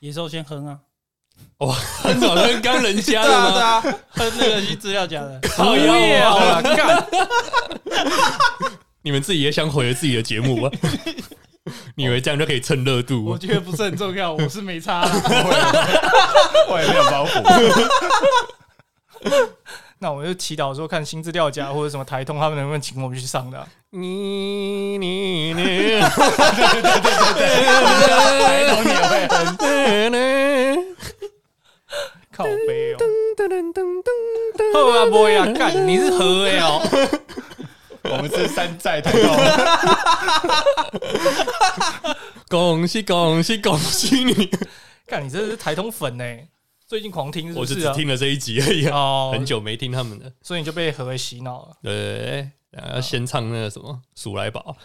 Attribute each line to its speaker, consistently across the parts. Speaker 1: 野兽先哼啊，
Speaker 2: 很早就刚人家
Speaker 3: 对啊对
Speaker 2: 的吗？
Speaker 3: 啊，
Speaker 1: 哼那个是资料夹 的，
Speaker 4: 啊
Speaker 2: 好呀，
Speaker 3: 好了，干
Speaker 2: 你们自己也想毁了自己的节目吗？你以为这样就可以蹭热度
Speaker 1: 我
Speaker 2: 吗？
Speaker 1: 觉得不是 很重要，我是没差啊。
Speaker 4: 我也没有包袱。
Speaker 3: 那我就祈祷说，看新资料夹或者什么台通，他们能不能请我们去上的啊？
Speaker 2: 你你你，
Speaker 4: 台东你也会哼，
Speaker 3: 靠背哦，后啊不会啊，干你是何哎哦，
Speaker 4: 我们是山寨台东，
Speaker 2: 恭喜恭喜恭喜你！
Speaker 3: 干你真的是台通粉呢，最近狂听是
Speaker 2: 我
Speaker 3: 不
Speaker 2: 是
Speaker 3: 是
Speaker 2: 只
Speaker 3: 啊？
Speaker 2: 听了这一集而已啊，
Speaker 3: 哦，
Speaker 2: 很，久没听他们的。
Speaker 3: 所以你就被何为洗脑了。
Speaker 2: 对，然后要先唱那个什么《鼠来宝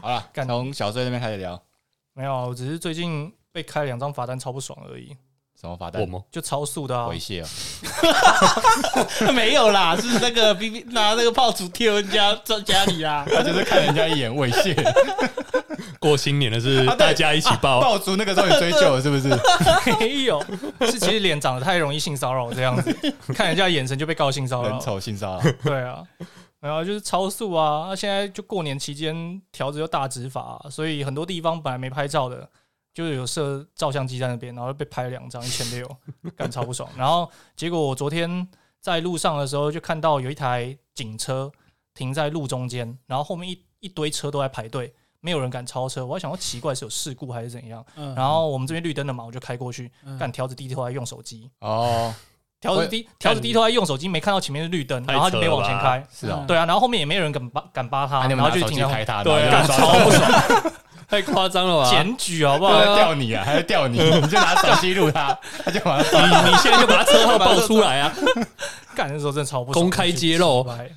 Speaker 4: 好了，
Speaker 3: 干
Speaker 4: 从小醉那边开始聊，
Speaker 3: 没有啊，我只是最近被开了两张罚单，超不爽而已，
Speaker 4: 什么罚》，单
Speaker 2: 我？吗？
Speaker 3: 就超速的啊
Speaker 4: 猥。亵哦，
Speaker 1: 没有啦，是那个 B B 拿那个炮竹贴人家在家里啦。
Speaker 4: 他就是看人家一眼猥亵。
Speaker 2: 过新年的是
Speaker 4: 啊对
Speaker 2: 大家一起报，
Speaker 4: 爆竹那个时候你追究了是不是？
Speaker 3: 没有，是其实脸长得太容易性骚扰这样子，看人家眼神就被告性骚扰
Speaker 4: 人。丑性骚扰，
Speaker 3: 对啊，然后就是超速啊，啊现在就过年期间条子又大执法啊、所以很多地方本来没拍照的，就有设照相机在那边，然后被拍了两张，一千六，干超不爽。然后结果我昨天在路上的时候就看到有一台警车停在路中间，然后后面一一堆车都在排队。没有人敢超车，我还想说奇怪是有事故还是怎样。
Speaker 1: 嗯，
Speaker 3: 然后我们这边绿灯了嘛，我就开过去，
Speaker 1: 嗯
Speaker 3: 干条子低头在用手机，
Speaker 4: 哦，
Speaker 3: 条子低条子低头在用手机，没看到前面是绿灯，然后他就没往前开。
Speaker 4: 是哦，
Speaker 3: 对啊，然后后面也没有人敢扒敢扒他，
Speaker 4: 啊你
Speaker 3: 然
Speaker 4: 们
Speaker 3: 后
Speaker 4: 拿
Speaker 3: 就
Speaker 4: 手
Speaker 3: 停
Speaker 4: 机
Speaker 3: 在后
Speaker 4: 抬他，
Speaker 2: 对啊
Speaker 4: 然
Speaker 3: 干
Speaker 4: 后就
Speaker 3: 超不爽，
Speaker 2: 太夸张了吧？
Speaker 3: 检举好不
Speaker 4: 他在
Speaker 3: 好？
Speaker 4: 钓你啊，还在钓你，你就拿手机录他，他就马上
Speaker 2: 你你现在就把他车号报出来啊，
Speaker 3: 干那时候真的超不爽，
Speaker 2: 公开揭露
Speaker 3: 奇怪，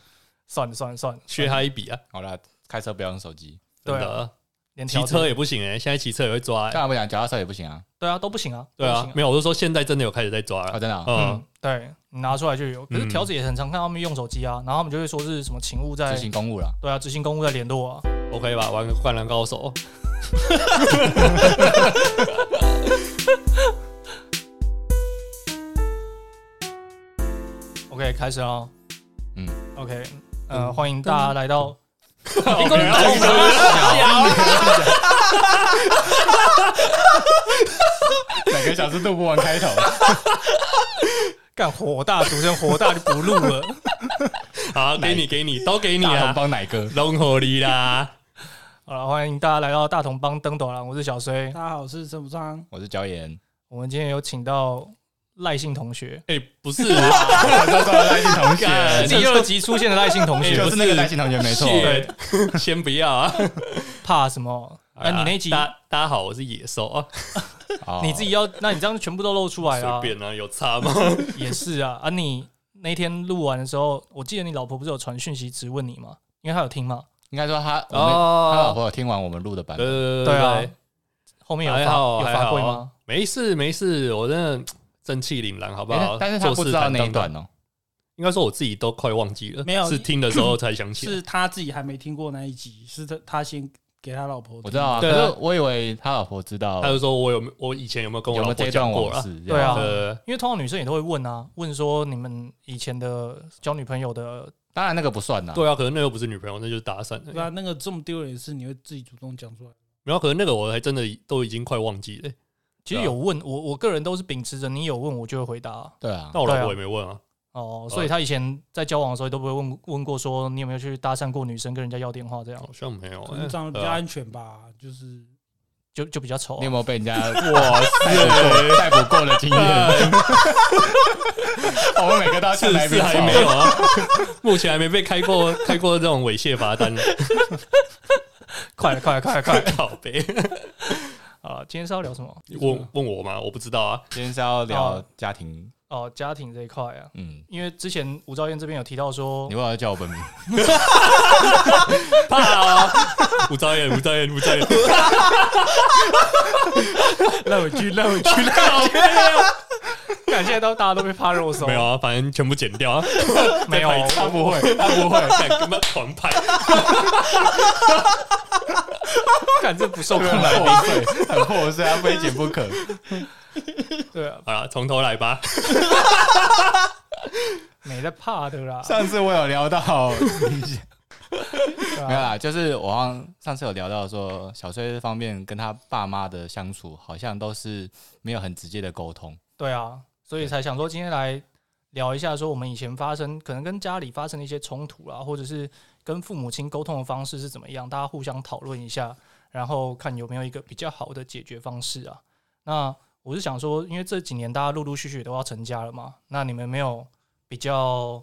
Speaker 3: 算了算了算了，
Speaker 2: 削他一笔啊！
Speaker 4: 好了。开车不要用手机，
Speaker 2: 真
Speaker 3: 对啊，
Speaker 2: 的，
Speaker 3: 连
Speaker 2: 骑
Speaker 3: 条
Speaker 2: 车
Speaker 3: 子
Speaker 2: 也不行哎，现在骑车也会抓欸。
Speaker 4: 刚才不讲脚踏车也不行啊，
Speaker 3: 对啊都不行啊，
Speaker 2: 对
Speaker 3: 都不
Speaker 2: 啊
Speaker 3: 行，
Speaker 2: 没有，我是说现在真的有开始在抓
Speaker 4: 哦，
Speaker 2: 了。
Speaker 4: 真的啊，
Speaker 2: 嗯
Speaker 3: 嗯，，对你拿出来就有，可是条子也很常看他们用手机啊，然后他们就会说是什么勤务在
Speaker 4: 执行公务了，
Speaker 3: 对啊执行公务在联络啊，
Speaker 2: ，OK 吧，玩个灌篮高手。
Speaker 3: OK，开始啊。
Speaker 4: 嗯
Speaker 3: 嗯，OK，呃，欢迎大家来到。
Speaker 2: 你给我打什
Speaker 4: 两个小时录不完开头，
Speaker 3: 干火大，主持人火大就 不录了。
Speaker 2: 好，给你给你，都给你
Speaker 4: 大红
Speaker 2: 啊，
Speaker 4: 帮奶哥，
Speaker 2: 龙合理啦。
Speaker 3: 好了，欢迎大家来到大同帮登斗啦，我是小衰。
Speaker 1: 大家好，我是陈武昌。
Speaker 4: 我是椒盐，
Speaker 3: 我们今天有请到赖姓同学，
Speaker 2: 哎，不是啊，
Speaker 4: 我叫赖姓同
Speaker 2: 干
Speaker 4: 学，
Speaker 3: 第二集出现的赖姓同
Speaker 2: 哎
Speaker 3: 学
Speaker 2: 不
Speaker 4: 就是是那个赖姓同学没 错，
Speaker 2: Shit，先不要啊。
Speaker 3: 怕什么？哎那你那集
Speaker 2: 哎大大家好，我是野兽啊，
Speaker 4: 哦
Speaker 3: 你自己要，那你这样全部都露出来
Speaker 2: 随
Speaker 3: 啊，
Speaker 2: 便啊，有差吗？
Speaker 3: 也是啊。啊，你那天录完的时候，我记得你老婆不是有传讯息质问你吗？因为她有听嘛，
Speaker 4: 应该说他我们他老
Speaker 2: 哦，
Speaker 4: 婆有听完我们录的版
Speaker 2: 对
Speaker 4: 本，
Speaker 2: 对
Speaker 3: 对啊，后面有
Speaker 2: 还
Speaker 3: 发
Speaker 2: 好
Speaker 3: 有
Speaker 2: 还
Speaker 3: 发
Speaker 2: 好
Speaker 3: 过吗？
Speaker 2: 没事没事，我真的正气凛然，好不好？
Speaker 4: 诶但是他
Speaker 2: 做
Speaker 4: 不
Speaker 2: 事
Speaker 4: 知道
Speaker 2: 坦
Speaker 4: 那一
Speaker 2: 荡荡
Speaker 4: 段哦，
Speaker 2: 应该说我自己都快忘记了，
Speaker 1: 没有
Speaker 2: 是听的时候才想起 来。
Speaker 1: 是他自己还没听过那一集，是他他先给他老婆听。
Speaker 4: 我知道啊，可
Speaker 2: 对啊
Speaker 4: 是我以为他老婆知道
Speaker 2: 他就说我有没有我以前有没有跟我
Speaker 4: 有
Speaker 2: 老
Speaker 4: 没有
Speaker 2: 婆
Speaker 4: 这
Speaker 2: 讲
Speaker 4: 段
Speaker 2: 过
Speaker 4: 往
Speaker 2: 了？
Speaker 4: 事，
Speaker 3: 对啊
Speaker 2: 呃，
Speaker 3: 因为通常女生也都会问啊，问说你们以前的交女朋友的，
Speaker 4: 当然那个不算啦，
Speaker 2: 对啊，可能那又不是女朋友，那就是搭讪而已。
Speaker 1: 对啊，那个这么丢脸的事，你会自己主动讲出来？
Speaker 2: 然后可能那个我还真的都已经快忘记了，
Speaker 3: 其实
Speaker 2: 啊
Speaker 3: 有问我，我个人都是秉持着你有问我就会回答啊
Speaker 4: 对啊，
Speaker 2: 但我老
Speaker 3: 对
Speaker 2: 婆
Speaker 3: 啊
Speaker 2: 也没问啊。
Speaker 3: 哦，所以她以前在交往的时候也都不会问问过说你有没有去搭讪过女生跟人家要电话这样，
Speaker 2: 好像没
Speaker 4: 哦
Speaker 2: 有
Speaker 1: 可
Speaker 2: 欸，
Speaker 1: 能长得比
Speaker 2: 对
Speaker 1: 较
Speaker 2: 啊
Speaker 1: 安全吧，就是
Speaker 3: 就就比较丑啊、
Speaker 4: 你有没有被人家哇逮捕过的经
Speaker 2: 啊
Speaker 4: 验？我们每个都要
Speaker 2: 是
Speaker 4: 看 来
Speaker 2: 是
Speaker 4: 宾
Speaker 2: 还没有啊， 目前还没被开过开过这种猥亵罚单，
Speaker 3: 快了，快了，快了，快了！
Speaker 2: 靠呗。
Speaker 3: 啊，今天是要聊什么？
Speaker 2: 问问我吗？我不知道啊。
Speaker 4: 今天是要聊家庭，
Speaker 3: 哦，家庭这一块啊，
Speaker 4: 嗯，
Speaker 3: 因为之前吴兆燕这边有提到说
Speaker 4: 你，为什么要叫我本名？
Speaker 2: 怕啊！吴兆燕，吴兆燕，吴兆燕，
Speaker 3: 让我去，让我 去，
Speaker 2: 靠北啊
Speaker 3: 感谢到大家都被怕肉搜，
Speaker 2: 没有啊，反正全部剪掉啊。
Speaker 3: 没有，
Speaker 2: 再拍一次
Speaker 4: 他不会，他不会，
Speaker 2: 干根本狂拍，
Speaker 3: 干这不受控
Speaker 4: 啊很
Speaker 3: 了。
Speaker 4: 破碎，很破碎，它非减不可。
Speaker 3: 对啊，
Speaker 2: 好了，从头来吧。
Speaker 3: 没在怕的啦。
Speaker 4: 上次我有聊到，
Speaker 3: 对啊
Speaker 4: 没有啦，就是我好像上次有聊到说，小崔这方面跟他爸妈的相处，好像都是没有很直接的沟通。
Speaker 3: 对啊，所以才想说今天来聊一下，说我们以前发生可能跟家里发生的一些冲突啊，或者是跟父母亲沟通的方式是怎么样，大家互相讨论一下，然后看有没有一个比较好的解决方式啊。那我是想说，因为这几年大家陆陆续续都要成家了嘛，那你们没有比较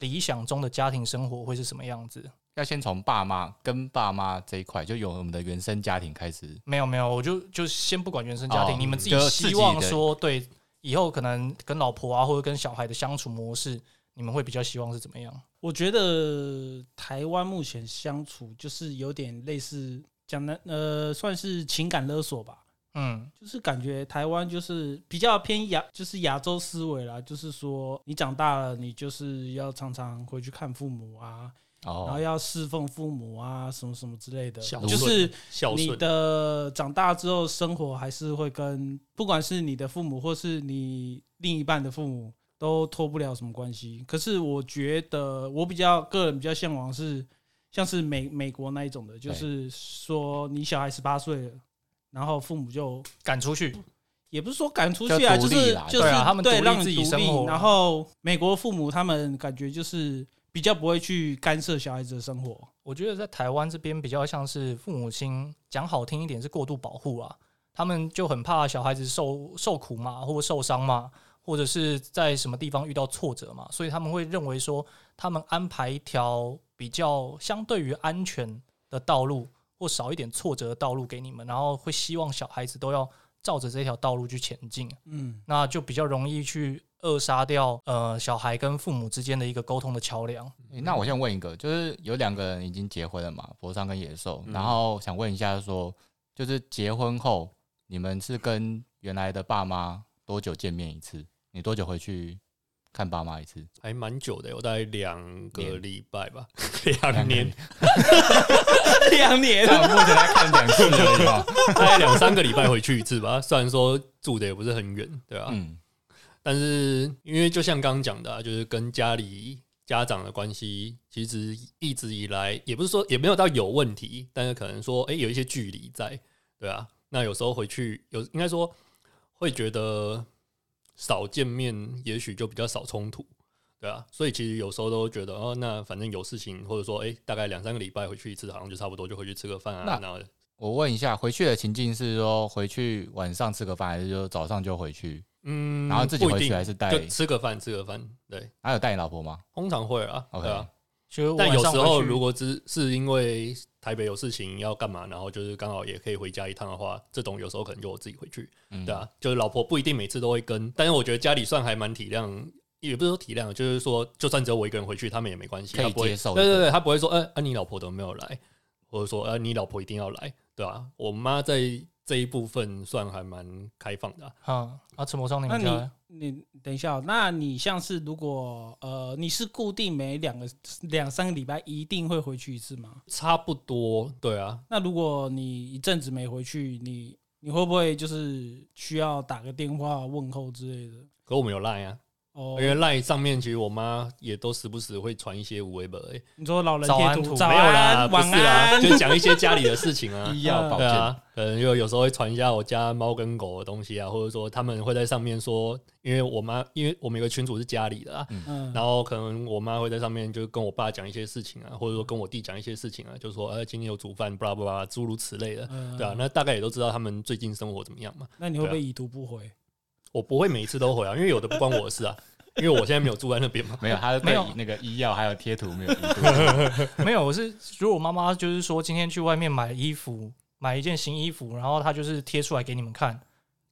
Speaker 3: 理想中的家庭生活会是什么样子？
Speaker 4: 要先从爸妈跟爸妈这一块，就有我们的原生家庭开始。
Speaker 3: 没有没有，我就就先不管原生家庭，
Speaker 4: 哦
Speaker 3: 你们自己
Speaker 4: 就自
Speaker 3: 希
Speaker 4: 己
Speaker 3: 望
Speaker 4: 的
Speaker 3: 说对以后可能跟老婆啊或者跟小孩的相处模式，你们会比较希望是怎么样？
Speaker 1: 我觉得台湾目前相处就是有点类似讲的呃，算是情感勒索吧。
Speaker 3: 嗯，
Speaker 1: 就是感觉台湾就是比较偏亚，就是亚洲思维啦，就是说你长大了，你就是要常常回去看父母啊，然后
Speaker 4: 哦，
Speaker 1: 要侍奉父母啊，什么什么之类的，
Speaker 3: 孝
Speaker 1: 就是
Speaker 2: 孝
Speaker 1: 你
Speaker 2: 顺，
Speaker 1: 的长大之后生活还是会跟不管是你的父母或是你另一半的父母都脱不了什么关系。可是我觉得我比较个人比较向往是像是美美国那一种的，就是说你小孩十八岁了，然后父母就
Speaker 3: 赶出去，
Speaker 1: 也不是说赶出去啊，
Speaker 4: 就
Speaker 1: 就
Speaker 4: 独立
Speaker 1: 是
Speaker 4: 啦
Speaker 1: 就是
Speaker 3: 对啊他们
Speaker 1: 对
Speaker 3: 独立
Speaker 1: 让你
Speaker 3: 自己
Speaker 1: 独
Speaker 3: 生
Speaker 1: 立
Speaker 3: 活
Speaker 1: 然后美国父母他们感觉就是比较不会去干涉小孩子的生活，
Speaker 3: 我觉得在台湾这边比较像是父母亲讲好听一点是过度保护啊，他们就很怕小孩子受受苦嘛，或受伤嘛，或者是在什么地方遇到挫折嘛，所以他们会认为说他们安排一条比较相对于安全的道路或少一点挫折的道路给你们，然后会希望小孩子都要照着这条道路去前进。
Speaker 1: 嗯，
Speaker 3: 那就比较容易去扼杀掉呃小孩跟父母之间的一个沟通的桥梁。
Speaker 4: 诶那我先问一个，就是有两个人已经结婚了嘛，博尚跟野兽，
Speaker 2: 嗯
Speaker 4: 然后想问一下说，就是结婚后你们是跟原来的爸妈多久见面一次？你多久回去看爸妈一次？
Speaker 2: 还蛮久的，有大概两个礼拜吧，两年，
Speaker 1: 两年
Speaker 4: 但目前来看两次而已哦。
Speaker 2: 大概两三个礼拜回去一次吧。虽然说住的也不是很远，对啊，
Speaker 4: 嗯，
Speaker 2: 但是因为就像刚刚讲的、啊，就是跟家里家长的关系，其实一直以来也不是说也没有到有问题，但是可能说哎、诶有一些距离在，对啊。那有时候回去有应该说会觉得少见面，也许就比较少冲突，对啊。所以其实有时候都觉得哦，那反正有事情，或者说哎、诶大概两三个礼拜回去一次，好像就差不多，就回去吃个饭啊
Speaker 4: 那，
Speaker 2: 然后
Speaker 4: 我问一下，回去的情境是说回去晚上吃个饭，还是就早上就回去？
Speaker 2: 嗯，
Speaker 4: 然后自己
Speaker 2: 不一
Speaker 4: 回去
Speaker 2: 定
Speaker 4: 还是带
Speaker 2: 就吃个饭，吃个饭，对，
Speaker 4: 还有带你老婆吗？
Speaker 2: 通常会啊
Speaker 4: OK
Speaker 2: 对啊。
Speaker 3: 所以我
Speaker 2: 但
Speaker 3: 晚
Speaker 2: 有
Speaker 3: 上
Speaker 2: 时
Speaker 3: 回
Speaker 2: 候
Speaker 3: 去
Speaker 2: 如果只是因为台北有事情要干嘛，然后就是刚好也可以回家一趟的话，这种有时候可能就我自己回去，
Speaker 4: 嗯，
Speaker 2: 对啊，就是老婆不一定每次都会跟，但是我觉得家里算还蛮体谅。也不是说体谅，啊就是说，就算只有我一个人回去，他们也没关系，
Speaker 4: 可以
Speaker 2: 他不会
Speaker 4: 接受
Speaker 2: 对
Speaker 4: 就
Speaker 2: 对
Speaker 4: 对
Speaker 2: 对，他不会说，呃、啊，你老婆怎么没有来？或者说，呃、你老婆一定要来，对吧、啊？我妈在这一部分算还蛮开放的啊、
Speaker 3: 嗯啊，陈柏昌，你们
Speaker 1: 那
Speaker 3: 家
Speaker 1: 你
Speaker 3: 呢
Speaker 1: 你等一下哦、那你像是如果呃你是固定每两个两三个礼拜一定会回去一次吗？
Speaker 2: 差不多，对啊，
Speaker 1: 那如果你一阵子没回去，你你会不会就是需要打个电话问候之类的？
Speaker 2: 可我们有赖啊，
Speaker 1: 哦
Speaker 3: 哎
Speaker 2: 因，为赖上面其实我妈也都时不时会传一些无微博，欸
Speaker 1: 你说老人
Speaker 3: 早安
Speaker 1: 贴
Speaker 3: 图
Speaker 1: 图，早
Speaker 2: 没有啦，
Speaker 1: 安，
Speaker 2: 不
Speaker 1: 晚
Speaker 2: 是啦，
Speaker 1: 安，
Speaker 2: 就讲一些家里的事情啊。
Speaker 4: 医药保
Speaker 2: 对
Speaker 4: 健，
Speaker 2: 啊，可能就有时候会传一下我家猫跟狗的东西啊，或者说他们会在上面说，因为我妈，因为我们有个群主是家里的啊，
Speaker 1: 嗯，
Speaker 2: 然后可能我妈会在上面就跟我爸讲一些事情啊，或者说跟我弟讲一些事情啊，就说呃今天有煮饭，巴拉巴拉，诸如此类的，
Speaker 1: 嗯
Speaker 2: 对啊，那大概也都知道他们最近生活怎么样嘛。
Speaker 1: 那你会不会
Speaker 3: 啊
Speaker 1: 已读不回？
Speaker 2: 我不会每一次都回啊，因为有的不关我的事啊，因为我现在没有住在那边嘛。
Speaker 4: 没有，他
Speaker 3: 没有
Speaker 4: 对那个医药还有贴图没有
Speaker 3: 没有，我是如果我妈妈就是说今天去外面买衣服，买一件新衣服，然后她就是贴出来给你们看，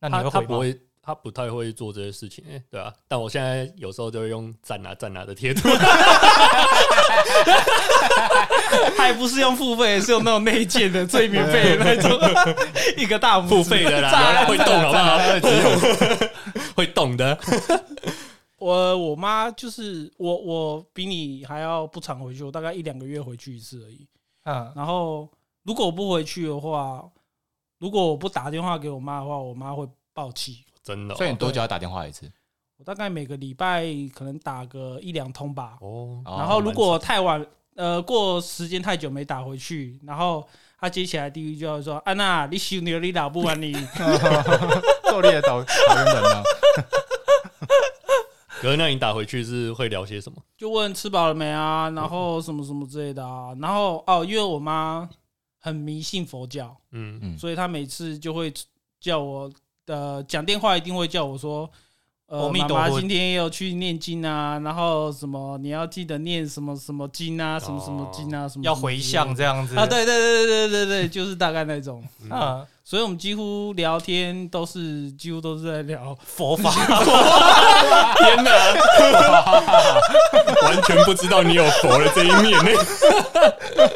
Speaker 3: 那你
Speaker 2: 他
Speaker 3: 会
Speaker 2: 他
Speaker 3: 回
Speaker 2: 不
Speaker 3: 吗？
Speaker 2: 会，他不太会做这些事情、欸，对啊。但我现在有时候就会用赞啊赞啊的贴图，
Speaker 3: 还不是用付费，是用那种内建的最免费的那种一个大
Speaker 2: 付费的啦，会动好不好？ 会动的，
Speaker 1: 我我妈就是我我比你还要不常回去，我大概一两个月回去一次而已。
Speaker 3: 嗯，
Speaker 1: 然后如果我不回去的话，如果我不打电话给我妈的话，我妈会爆气。
Speaker 2: 真的哦、
Speaker 4: 所以你多久要打电话一次？
Speaker 1: 我大概每个礼拜可能打个一两通吧。
Speaker 2: 哦，
Speaker 4: 哦
Speaker 1: 然后如果太晚，呃，过时间太久没打回去，然后他接起来第一句话就说：“安娜，你休牛，你打不完你。
Speaker 4: 狩猎的导导游人呢？
Speaker 2: 可是那你打回去是会聊些什么？”
Speaker 1: 就问吃饱了没啊，
Speaker 3: 嗯
Speaker 1: 然后什么什么之类的啊。然后哦，因为我妈很迷信佛教，
Speaker 2: 嗯，
Speaker 4: 嗯，
Speaker 1: 所以她每次就会叫我呃讲电话，一定会叫我说。呃，
Speaker 3: 阿弥
Speaker 1: 妈
Speaker 3: 陀
Speaker 1: 妈
Speaker 3: 佛
Speaker 1: 今天也有去念经啊，然后什么你要记得念什么什么经啊，什么什么经啊，什么
Speaker 3: 哦要
Speaker 1: 什么之类
Speaker 3: 回
Speaker 1: 的
Speaker 3: 向这样子
Speaker 1: 啊，对对对对对对对，就是大概那种。
Speaker 3: 啊，
Speaker 1: 所以我们几乎聊天都是几乎都是在聊，
Speaker 3: 佛法
Speaker 2: 天哪， 完全不知道你有佛的这一面呢。欸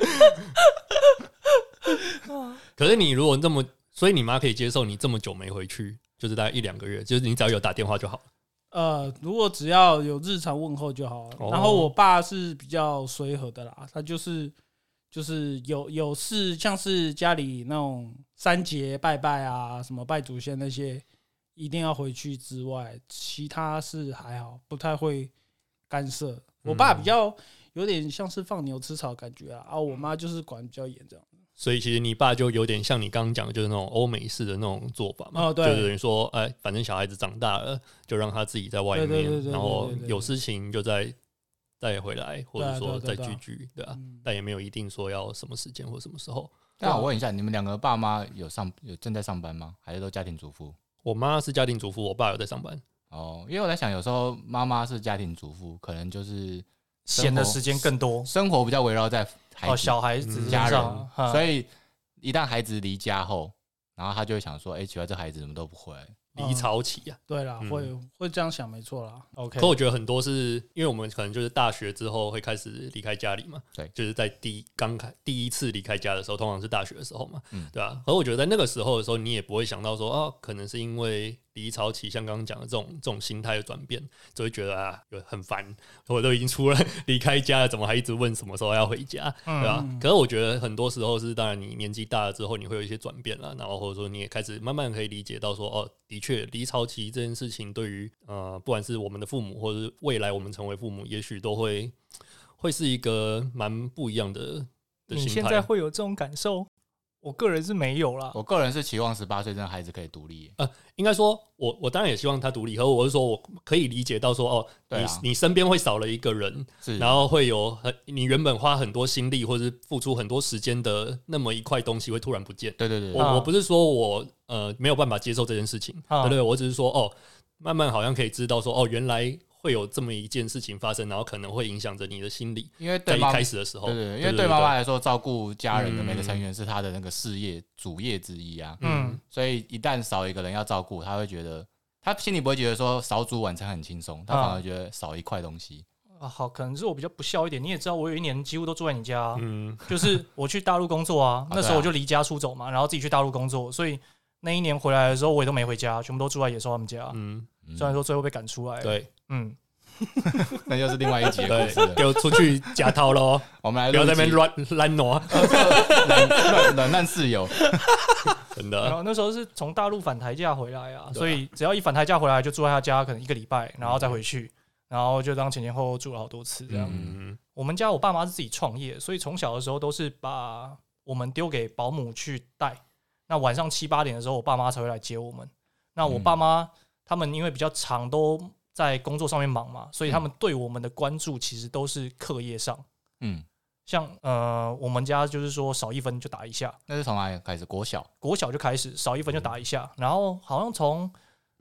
Speaker 2: 可是你如果这么，所以你妈可以接受你这么久没回去，就是大概一两个月，就是你只要有打电话就好了。
Speaker 1: 呃，如果只要有日常问候就好了。
Speaker 2: 哦
Speaker 1: 然后我爸是比较随和的啦，他就是就是有有事，像是家里那种三节拜拜啊，什么拜祖先那些，一定要回去之外，其他是还好，不太会干涉。我爸比较有点像是放牛吃草的感觉啊，啊，我妈就是管比较严这样。
Speaker 2: 所以其实你爸就有点像你刚刚讲的，就是那种欧美式的那种做法嘛，
Speaker 1: 哦对
Speaker 2: 就是等于说，哎，反正小孩子长大了，就让他自己在外面，
Speaker 1: 对对对对对
Speaker 2: 然后
Speaker 1: 对对对
Speaker 2: 有事情就再再回来，或者说
Speaker 1: 对啊对
Speaker 2: 再
Speaker 1: 啊对啊
Speaker 2: 聚聚，对吧、
Speaker 1: 嗯
Speaker 2: 但也没有一定说要什么时间或什么时候。
Speaker 4: 那我问一下，你们两个爸妈有上有正在上班吗？还是都家庭主妇？
Speaker 2: 我妈是家庭主妇，我爸有在上班，
Speaker 4: 哦，因为我在想，有时候妈妈是家庭主妇，可能就是
Speaker 3: 闲的时间更多
Speaker 4: 生活比较围绕在孩
Speaker 3: 哦，
Speaker 4: 子、
Speaker 3: 小孩子身
Speaker 4: 家人
Speaker 3: 上，
Speaker 2: 嗯
Speaker 3: 啊
Speaker 4: 所以一旦孩子离家后，然后他就会想说：“哎、奇怪，这孩子怎么都不回来
Speaker 1: 嗯
Speaker 2: 离巢期啊。
Speaker 1: 对啦，
Speaker 2: 嗯
Speaker 1: 会会这样想没错啦。
Speaker 3: OK
Speaker 2: 可我觉得很多是因为我们可能就是大学之后会开始离开家里嘛，
Speaker 4: 对
Speaker 2: 就是在第一刚开第一次离开家的时候，通常是大学的时候嘛，
Speaker 4: 嗯
Speaker 2: 对啊。而我觉得在那个时候的时候，你也不会想到说啊，可能是因为离巢期，像刚刚讲的这种这种心态的转变，就会觉得啊，有很烦，我都已经出来 离开家了，怎么还一直问什么时候要回家，
Speaker 3: 嗯
Speaker 2: 对吧、啊可是我觉得很多时候是，当然你年纪大了之后，你会有一些转变了，然后或者说你也开始慢慢可以理解到说，哦，的确离巢期这件事情，对于呃，不管是我们的父母，或者是未来我们成为父母，也许都会会是一个蛮不一样的的
Speaker 3: 你
Speaker 2: 心
Speaker 3: 现在
Speaker 2: 态。
Speaker 3: 会有这种感受？我个人是没有
Speaker 2: 嗯
Speaker 3: 啦？”。
Speaker 4: 我个人是期望十八岁这个孩子可以独立。
Speaker 2: 应该说，我我当然也希望他独立，和我是说我可以理解到说，哦，
Speaker 4: 对啊
Speaker 2: 你你身边会少了一个人，
Speaker 4: 是，
Speaker 2: 然后会有很你原本花很多心力或者是付出很多时间的那么一块东西会突然不见。
Speaker 4: 对对嗯对，
Speaker 2: 我
Speaker 3: 啊
Speaker 2: 我不是说我呃没有办法接受这件事情，
Speaker 3: 啊
Speaker 4: 嗯
Speaker 2: 对对，我只是说哦，慢慢好像可以知道说哦，原来会有这么一件事情发生，然后可能会影响着你的心理，
Speaker 4: 因为
Speaker 2: 在
Speaker 4: 对
Speaker 2: 一
Speaker 4: 妈妈
Speaker 2: 开，始的时候，
Speaker 4: 对对对，因为对妈妈，来说，照顾家人的每个成员是她的那个事业主业之一啊。
Speaker 3: 嗯，
Speaker 4: 所以一旦少一个人要照顾，她会觉得，她心里不会觉得说少煮晚餐很轻松，她
Speaker 3: 啊
Speaker 4: 反而觉得少一块东西。，
Speaker 3: 啊，好，可能是我比较不孝一点。你也知道，我有一年几乎都住在你家啊、
Speaker 2: 嗯，
Speaker 3: 就是我去大陆工作啊那时候我就离家出走嘛，然后自己去大陆工作，所以那一年回来的时候，我也都没回家，全部都住在野兽他们家。
Speaker 2: 嗯
Speaker 4: 嗯
Speaker 3: 虽然说最后被赶
Speaker 4: 哎
Speaker 3: 出来，，
Speaker 2: 对
Speaker 3: 嗯，
Speaker 4: 那就是另外一集的哎故事
Speaker 2: 对，
Speaker 4: 了。
Speaker 2: 给我出去夹套 喽，
Speaker 4: 我们来
Speaker 2: 不要
Speaker 4: 录
Speaker 2: 在
Speaker 4: 一
Speaker 2: 那边
Speaker 4: 集
Speaker 2: 乱乱挪，
Speaker 4: 冷冷冷淡室友。
Speaker 2: 真
Speaker 3: 然
Speaker 4: 哎
Speaker 2: 的，
Speaker 3: 后那时候是从大陆返台假回来啊，
Speaker 2: 呃对啊
Speaker 3: 所以只要一返台假回来，就住在他家，可能一个礼拜，然后再回去，然后就当前前后后住了好多次这样。
Speaker 2: 嗯，
Speaker 3: 我们家我爸妈是自己创业，所以从小的时候都是把我们丢给保姆去带。那晚上七八点的时候，我爸妈才会来接我们。那我爸妈、他们因为比较长都在工作上面忙嘛，所以他们对我们的关注其实都是课业上。
Speaker 4: 嗯，
Speaker 3: 像呃，我们家就是说少一分就打一下，
Speaker 4: 那是从哪里开始？国小
Speaker 3: 国小就开始少一分就打一下，然后好像从，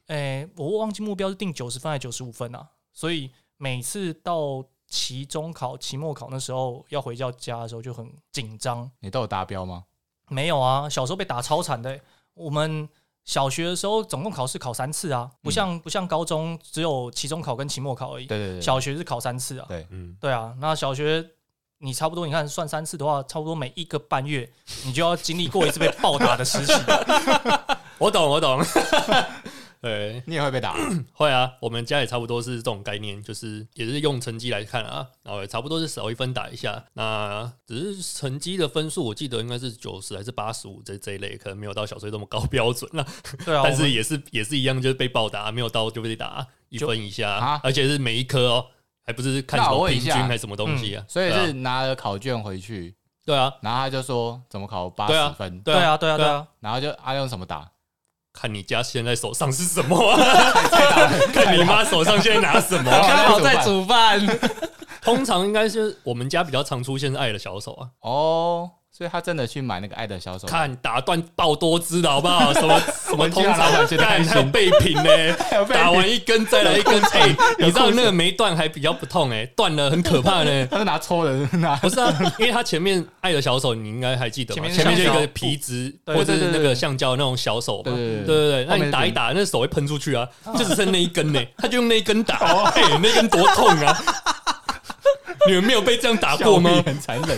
Speaker 3: 诶、我忘记目标是定九十分还是九十五分啊，所以每次到期中考、期末考那时候要回到家的时候就很紧张。
Speaker 4: 你都有达标吗？
Speaker 3: 没有啊，小时候被打超惨的欸、我们小学的时候总共考试考三次啊，不像、不像高中只有期中考跟期末考而已，
Speaker 4: 对对对，
Speaker 3: 小学是考三次啊。
Speaker 4: 对
Speaker 2: 嗯，
Speaker 3: 对啊，那小学你差不多，你看算三次的话，差不多每一个半月你就要经历过一次被暴打的时期。
Speaker 2: 我懂，我懂， 对，
Speaker 4: 你也会被打。
Speaker 2: 会啊，我们家也差不多是这种概念，就是也是用成绩来看啊，然后也差不多是少一分打一下。那只是成绩的分数，我记得应该是九十还是八十五这这一类，可能没有到小崔这么高标准啦。
Speaker 4: 哦
Speaker 3: 对啊，
Speaker 2: 但
Speaker 3: 我们
Speaker 2: 是也是也是一样，就是被暴打，没有到就被打一分以下
Speaker 4: 啊，
Speaker 2: 而且是每一科哦，还不是看
Speaker 4: 那
Speaker 2: 什
Speaker 4: 我
Speaker 2: 么
Speaker 4: 问一
Speaker 2: 平均
Speaker 4: 下嗯
Speaker 2: 还是什么东西啊，
Speaker 4: 所以
Speaker 2: 对啊
Speaker 4: 是拿了考卷回去，
Speaker 2: 对啊，
Speaker 4: 然后他就说怎么考八
Speaker 2: 对啊
Speaker 4: 十分，
Speaker 2: 对
Speaker 3: 对
Speaker 2: 啊，
Speaker 3: 啊，对啊，对啊，
Speaker 4: 然后就啊用什么打？
Speaker 2: 看你家现在手上是什么 啊，看你妈手上现在拿什么啊。
Speaker 1: 刚好在煮饭，
Speaker 2: 通常应该是我们家比较常出现是爱的小手啊，
Speaker 4: 哦，所以他真的去买那个爱的小手，
Speaker 2: 看打断爆多只的好不好？什 么什么
Speaker 4: 我
Speaker 2: 通
Speaker 4: 家老
Speaker 2: 常
Speaker 4: 板觉得
Speaker 2: 干
Speaker 4: 开心
Speaker 2: 还有备品 呢，
Speaker 4: 有被
Speaker 2: 打完一根再来一 根，哎，你知道那个没断还比较不痛哎，断了很可怕 呢。
Speaker 4: 他是拿戳的，拿
Speaker 2: 不是啊，因为他前面爱的小手，你应该还记得嘛？前
Speaker 3: 前
Speaker 2: 面
Speaker 3: 面
Speaker 2: 就是一个
Speaker 3: 橡胶
Speaker 2: 皮质
Speaker 3: 对
Speaker 2: 或者是
Speaker 4: 对对
Speaker 2: 那
Speaker 4: 对
Speaker 2: 个橡胶那种小手嘛。
Speaker 4: 对对
Speaker 2: 对
Speaker 4: 对哦
Speaker 2: 对对，那
Speaker 4: 后
Speaker 2: 你
Speaker 4: 面是
Speaker 2: 打一打，那手会喷出去啊，就只剩那一根呢，他就用那一根打，
Speaker 4: 哦
Speaker 2: 哎，那根多痛 啊！你们没有被这样打过
Speaker 4: 效率
Speaker 2: 吗？
Speaker 4: 很残忍，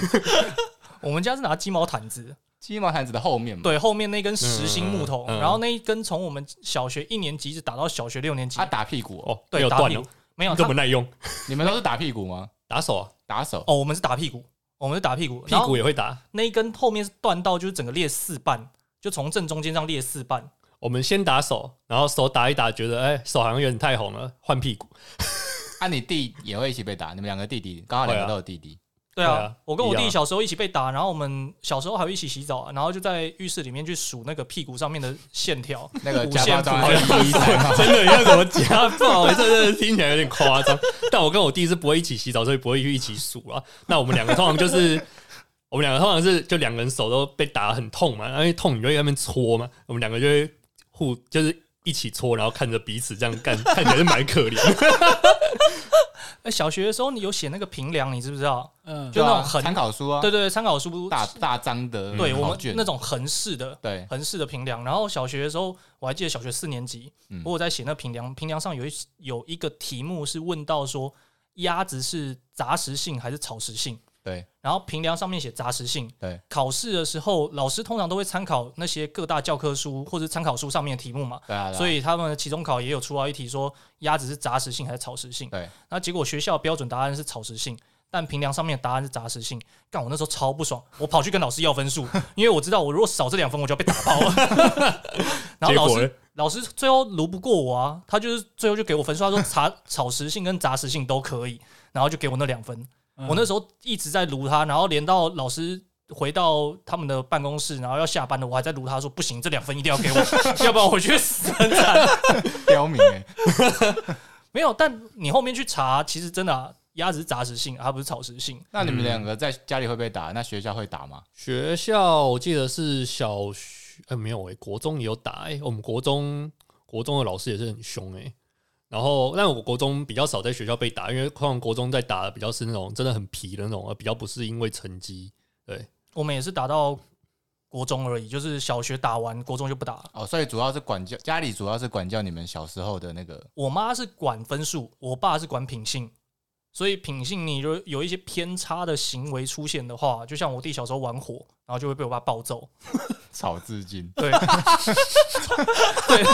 Speaker 3: 我们家是拿鸡毛掸子，
Speaker 4: 鸡毛掸子的后面嘛。
Speaker 3: 对，后面那根实心木头，
Speaker 2: 嗯嗯嗯
Speaker 3: 然后那一根从我们小学一年级一直打到小学六年级
Speaker 4: 他，打屁股哦，
Speaker 2: 哦，没
Speaker 3: 对，
Speaker 2: 有
Speaker 3: 打
Speaker 2: 断
Speaker 3: 屁
Speaker 2: 哦
Speaker 3: 股，，没有
Speaker 2: 这么
Speaker 3: 他
Speaker 2: 耐用，
Speaker 4: 你们都是打屁股吗？
Speaker 2: 打手啊，
Speaker 4: 打手
Speaker 3: 哦，我们是打屁股，我们是打屁股，
Speaker 2: 屁
Speaker 3: 然后
Speaker 2: 股也会打。
Speaker 3: 那一根后面是断到就是整个裂四瓣，就从正中间这样裂四瓣，
Speaker 2: 我们先打手，然后手打一打，觉得哎手好像有点太红了，换屁股。
Speaker 4: 啊，你弟也会一起被打，你们两个弟弟刚好两
Speaker 2: 会啊
Speaker 4: 个都有弟弟，
Speaker 3: 对
Speaker 2: 对
Speaker 3: 啊
Speaker 2: 啊，
Speaker 3: 我跟我
Speaker 2: 一样
Speaker 3: 弟
Speaker 2: 啊
Speaker 3: 小时候一起被打，然后我们小时候还会一起洗澡啊，然后就在浴室里面去数那个屁股上面的线条，
Speaker 4: 那个
Speaker 3: 五
Speaker 4: 家
Speaker 3: 线谱
Speaker 4: 暴障碍一三号，
Speaker 2: 真的像什么家暴，这真的听起来有点夸张。但我跟我弟是不会一起洗澡，所以不会去一起数啊。那我们两个通常就是，我们两个通常是就两个人手都被打得很痛嘛，因为痛你就会在那边搓嘛，我们两个就会互就是。一起搓，然后看着彼此这样干，看起来是蛮可怜。
Speaker 3: 哎，小学的时候你有写那个评量，你知不知道？
Speaker 1: 嗯，
Speaker 3: 就那种
Speaker 4: 对啊
Speaker 3: 横
Speaker 4: 参考书啊，
Speaker 3: 对对对，参考书
Speaker 4: 大大张的
Speaker 3: 对我
Speaker 4: 考
Speaker 3: 们
Speaker 4: 卷
Speaker 3: 那种横式的
Speaker 4: 对，
Speaker 3: 横式的评量。然后小学的时候，我还记得小学四年级，
Speaker 4: 嗯
Speaker 3: 我有在写那评量，评量上有一有一个题目是问到说鸭子是杂食性还是草食性。
Speaker 4: 对，
Speaker 3: 然后评量上面写杂食性。
Speaker 4: 对，
Speaker 3: 考试的时候，老师通常都会参考那些各大教科书或者参考书上面的题目嘛，
Speaker 4: 对啊，对啊
Speaker 3: 所以他们的期中考也有出到一题说鸭子是杂食性还是草食性。
Speaker 4: 对，
Speaker 3: 那结果学校标准答案是草食性，但评量上面的答案是杂食性。干，我那时候超不爽，我跑去跟老师要分数，因为我知道我如果少这两分，我就要被打爆了。 然后
Speaker 2: 结
Speaker 3: 老
Speaker 2: 果呢
Speaker 3: 师老师最后炉不过我啊，他就是最后就给我分数，他说查草食性跟杂食性都可以， 然后就给我那两分。我那时候一直在撸他，然后连到老师回到他们的办公室，然后要下班了，我还在撸他说不行，这两分一定要给我， 要不然我回去死很惨。
Speaker 4: 刁民哎，
Speaker 3: 没有，但你后面去查，其实真的、啊、鸭子是杂食性，啊它不是草食性。
Speaker 4: 那你们两个在家里会被打，那学校会打吗？
Speaker 2: 学校我记得是小学，呃，没有诶、国中也有打诶、我们国中国中的老师也是很凶诶、然后，但我国中比较少在学校被打，因为通常国中在打的比较是那种真的很皮的那种，而比较不是因为成绩。
Speaker 3: 我们也是打到国中而已，就是小学打完，国中就不打了。
Speaker 4: 哦，所以主要是管教，家里主要是管教你们小时候的那个
Speaker 3: 我妈是管分数，我爸是管品性，所以品性你就有一些偏差的行为出现的话，就像我弟小时候玩火，然后就会被我爸暴揍。，
Speaker 4: 草字经
Speaker 3: 对，对，哎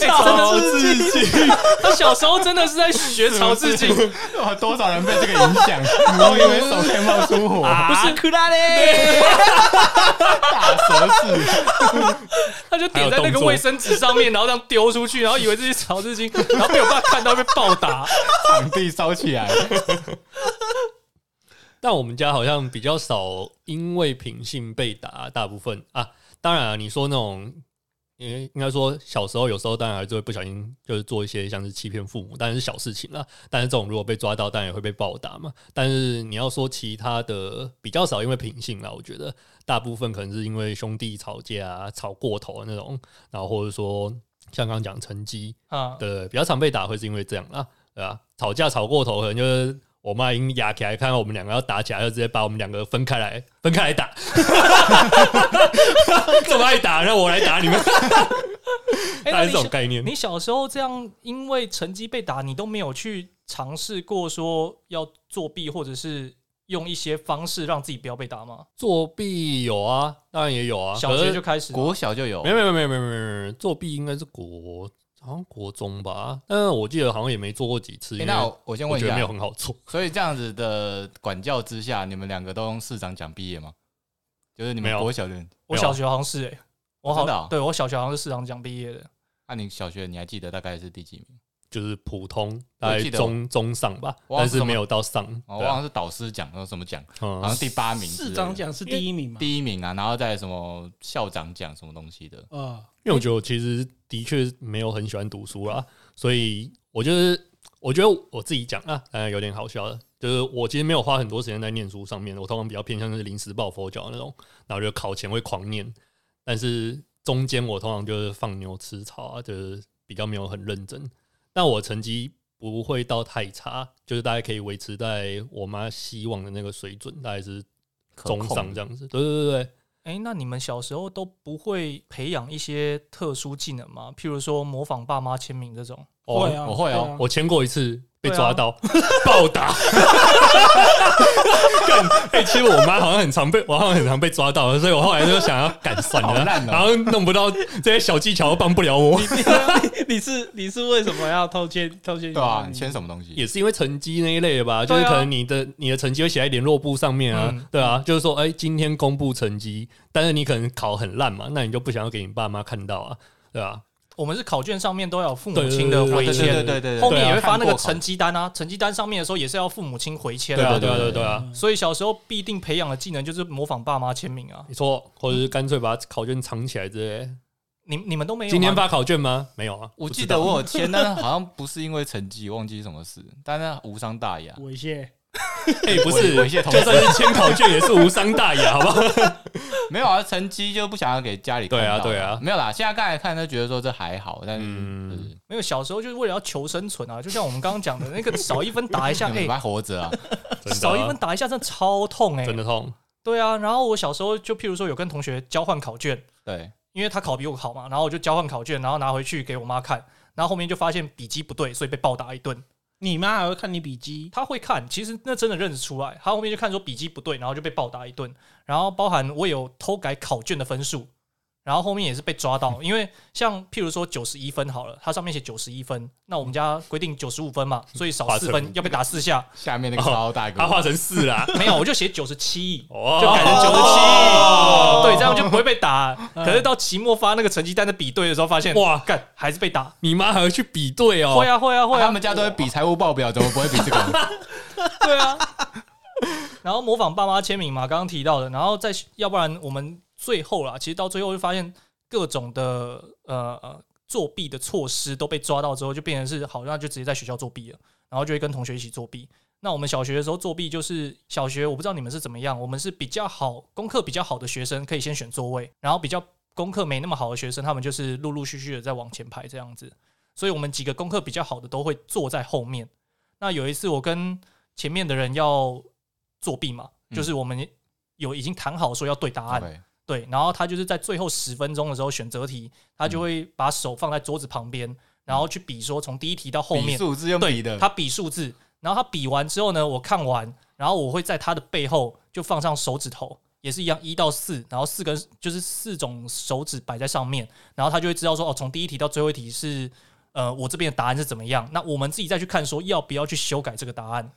Speaker 3: 真的是
Speaker 2: 自己
Speaker 3: 他小时候真的是在学曹志敬，
Speaker 4: 哇，多少人被这个影响？ 我以为手可以冒出火，
Speaker 3: 不是
Speaker 1: 克拉嘞，
Speaker 4: 大蛇字，
Speaker 3: 他就点在那个卫生纸上面，然后这样丢出去，然后以为这是曹志敬，然后被我爸看到被暴打。
Speaker 4: 场地烧起来，
Speaker 2: 但我们家好像比较少因为品性被打，大部分啊，当然、啊、你说那种，因为应该说小时候有时候当然还是会不小心就是做一些像是欺骗父母，当然是小事情啦。但是这种如果被抓到，当然也会被暴打嘛。但是你要说其他的比较少，因为品性啦，我觉得大部分可能是因为兄弟吵架啊，吵过头的那种，然后或者说像刚刚讲成绩，
Speaker 3: 啊，
Speaker 2: 对，比较常被打会是因为这样啦，对吧、吵架吵过头，可能就是我妈已经压起来，看到我们两个要打起来，就直接把我们两个分开来，分开来打。 这么爱打，让我来打你们，
Speaker 3: 哎
Speaker 2: 大概
Speaker 3: 那
Speaker 2: 是这
Speaker 3: 你小
Speaker 2: 种概念。
Speaker 3: 你小时候这样，因为成绩被打，你都没有去尝试过说要作弊，或者是用一些方式让自己不要被打吗？
Speaker 2: 作弊有啊，当然也有啊，
Speaker 3: 小
Speaker 2: 可
Speaker 3: 学
Speaker 2: 是
Speaker 3: 就开始了，
Speaker 4: 国小就有
Speaker 2: 没有没有没有没有没有没有没有作弊应该是国好像国中吧，但我记得好像也没做过几次，
Speaker 4: 诶
Speaker 2: 因为
Speaker 4: 哎那我我先
Speaker 2: 我
Speaker 4: 问一
Speaker 2: 觉得
Speaker 4: 下
Speaker 2: 没有，很好做。
Speaker 4: 所以这样子的管教之下，你们两个都用市长奖毕业吗？就是你
Speaker 2: 没
Speaker 4: 们
Speaker 2: 有
Speaker 4: 国小的，
Speaker 3: 我小学好像是哎、我
Speaker 4: 啊真的
Speaker 3: 好
Speaker 4: 哦
Speaker 3: 对我小学好像是市长奖毕业的，
Speaker 4: 那、啊你小学你还记得大概是第几名？
Speaker 2: 就是普通，
Speaker 4: 我
Speaker 2: 大概
Speaker 4: 记得
Speaker 2: 中中上吧，
Speaker 4: 我忘
Speaker 2: 但
Speaker 4: 了
Speaker 2: 是没有到上。
Speaker 4: 哦，
Speaker 2: 对
Speaker 4: 我好
Speaker 2: 啊
Speaker 4: 像是导师奖，还有什么奖，好
Speaker 2: 嗯
Speaker 4: 像，第八名之类
Speaker 1: 市
Speaker 4: 的。
Speaker 1: 长奖是第一名嘛？
Speaker 4: 第一名啊，然后再什么校长奖什么东西的。
Speaker 1: 呃，
Speaker 2: 因为我觉得我其实的确没有很喜欢读书啦，所以我就是我觉得我自己讲啊，当然有点好笑了，就是我其实没有花很多时间在念书上面，我通常比较偏向就是临时抱佛脚那种，然后就考前会狂念，但是中间我通常就是放牛吃草啊，就是比较没有很认真，但我成绩不会到太差，就是大概可以维持在我妈希望的那个水准，大概是
Speaker 4: 可
Speaker 2: 中
Speaker 4: 控
Speaker 2: 上这样子。对对对对，
Speaker 3: 哎、那你们小时候都不会培养一些特殊技能吗？譬如说模仿爸妈签名这种，
Speaker 2: 哦
Speaker 1: 会啊，
Speaker 4: 我会哦
Speaker 1: 对啊
Speaker 2: 我签过一次，被抓到， 暴打。 干，哎、其实我妈好像很常被，我好像很常被抓到，所以我后来就想要干算
Speaker 4: 好
Speaker 2: 了，
Speaker 4: 烂哦
Speaker 2: 然后弄不到这些小技巧都帮不了我，
Speaker 1: 你是你是为什么要偷签偷签？
Speaker 4: 对啊，你签什么东西？
Speaker 2: 也是因为成绩那一类的吧，就是
Speaker 3: 对啊
Speaker 2: 可能你的你的成绩会写在联络簿上面啊，
Speaker 3: 嗯
Speaker 2: 对啊，就是说，哎、今天公布成绩，但是你可能考很烂嘛，那你就不想要给你爸妈看到啊，对啊，
Speaker 3: 我们是考卷上面都要有父母
Speaker 2: 对
Speaker 3: 亲的回
Speaker 4: 对
Speaker 3: 签，
Speaker 4: 对对对
Speaker 3: 后
Speaker 4: 对，
Speaker 3: 面也会发那
Speaker 4: 对
Speaker 3: 个
Speaker 4: 啊
Speaker 3: 成绩单啊，成绩单上面的时候也是要父母亲回签
Speaker 2: 对啊，
Speaker 3: 的。
Speaker 2: 对啊，对啊
Speaker 4: 对
Speaker 2: 对啊，
Speaker 3: 所以小时候必定培养的技能就是模仿爸妈签名啊。
Speaker 2: 没错，或者是干脆把考卷藏起来之类的。
Speaker 3: 你你们都没有吗？
Speaker 2: 今天发考卷吗？没有啊，
Speaker 4: 啊我
Speaker 2: 不知
Speaker 4: 记
Speaker 2: 道
Speaker 4: 得我有签，但是好像不是因为成绩，忘记什么事，但是无伤大雅。
Speaker 1: 猥亵，
Speaker 2: 哎、不
Speaker 4: 我我
Speaker 2: 是，
Speaker 4: 一些
Speaker 2: 就
Speaker 4: 同事
Speaker 2: 算是签考卷也是无伤大雅，好 不好？
Speaker 4: 没有啊，成绩就不想要给家里看
Speaker 2: 对啊
Speaker 4: 到
Speaker 2: 对啊
Speaker 4: 没有啦。现在刚才看都觉得说这还好，但是
Speaker 2: 嗯
Speaker 4: 就是
Speaker 3: 没有，小时候就是为了要求生存啊，就像我们刚刚讲的那个少一分 打一下，
Speaker 4: 你
Speaker 3: 哎、
Speaker 4: 还活着啊，
Speaker 2: 真的啊
Speaker 3: 少一分打一下真的超痛哎、
Speaker 2: 真的痛，
Speaker 3: 对啊，然后我小时候就譬如说有跟同学交换考卷，
Speaker 4: 对，
Speaker 3: 因为他考比我好嘛，然后我就交换考卷，然后拿回去给我妈看，然后后面就发现笔记不对，所以被暴打一顿。
Speaker 1: 你妈还会看你笔记，
Speaker 3: 他会看，其实那真的认得出来。他后面就看说笔记不对，然后就被暴打一顿。然后包含我有偷改考卷的分数，然后后面也是被抓到，因为像譬如说九十一分好了，它上面写九十一分，那我们家规定九十五分嘛，所以少
Speaker 2: 划
Speaker 3: 四
Speaker 2: 成
Speaker 3: 分要被打四下。
Speaker 4: 下面那个
Speaker 2: 哦
Speaker 4: 超大
Speaker 2: 他
Speaker 4: 哥，
Speaker 2: 画成四 啦，
Speaker 3: 没有，我就写九十七，
Speaker 2: 哦，
Speaker 3: 就改成九十
Speaker 2: 哦
Speaker 3: 七，对，这样就不会被打。可是到期末发那个成绩单的比对的时候，发现哇，
Speaker 2: 哇
Speaker 3: 干还是被打。
Speaker 2: 你妈还会去比对哦，
Speaker 3: 会啊会啊会啊，
Speaker 4: 他们家都会比财务报表，怎么不会比这 个？
Speaker 3: 对啊。然后模仿爸妈签名嘛，刚刚提到的，然后再要不然我们最后啦，其实到最后就发现各种的呃呃作弊的措施都被抓到之后，就变成是好，那就直接在学校作弊了，然后就会跟同学一起作弊。那我们小学的时候作弊，就是呃小学我不知道你们是怎么样，我们是比较好功课比较好的学生可以先选座位，然后比较功课没那么好的学生，他们就是陆陆续续的在往前排这样子。所以我们几个功课比较好的都会坐在后面。那有一次我跟前面的人要作弊嘛，
Speaker 4: 嗯
Speaker 3: 就是我们有已经谈好说要对
Speaker 2: 啊
Speaker 3: 答案，
Speaker 4: 对
Speaker 3: 对，然后他就是在最后十分钟的时候选择题，他
Speaker 2: 嗯
Speaker 3: 就会把手放在桌子旁边，然后去比说从第一题到后
Speaker 4: 比
Speaker 3: 面，
Speaker 4: 数字用比的，
Speaker 3: 他比数字，然后他比完之后呢，我看完，然后我会在他的背后就放上手指头，也是一样一到四，然后四根就是四种手指摆在上面，然后他就会知道说哦，从第一题到最后一题是呃我这边的答案是怎么样，那我们自己再去看说要不要去修改这个答案。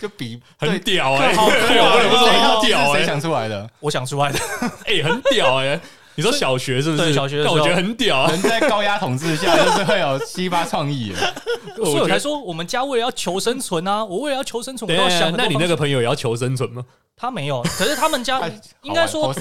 Speaker 4: 就比
Speaker 2: 很屌哎，
Speaker 3: 好酷啊
Speaker 2: 对 我也不知道很屌
Speaker 4: 谁
Speaker 2: 哎，
Speaker 4: 想出来的？
Speaker 3: 我想出来的，
Speaker 2: 哎，很屌哎，你说小学是不
Speaker 3: 对
Speaker 2: 是？
Speaker 3: 小学的时
Speaker 2: 但
Speaker 3: 候
Speaker 2: 我觉得很屌啊，
Speaker 4: 人在高压统治下，就是会有激发创意的。
Speaker 2: 我
Speaker 3: 所以
Speaker 2: 觉
Speaker 3: 我才
Speaker 2: 得。
Speaker 3: 说我们家为了要求生存啊，我为了要求生存，我
Speaker 2: 等
Speaker 3: 都要
Speaker 2: 一
Speaker 3: 想
Speaker 2: 下，
Speaker 3: 很多
Speaker 2: 那你那个
Speaker 3: 方式
Speaker 2: 朋友也要求生存吗？
Speaker 3: 他没有， 可是他们家
Speaker 4: 哎
Speaker 3: 应该说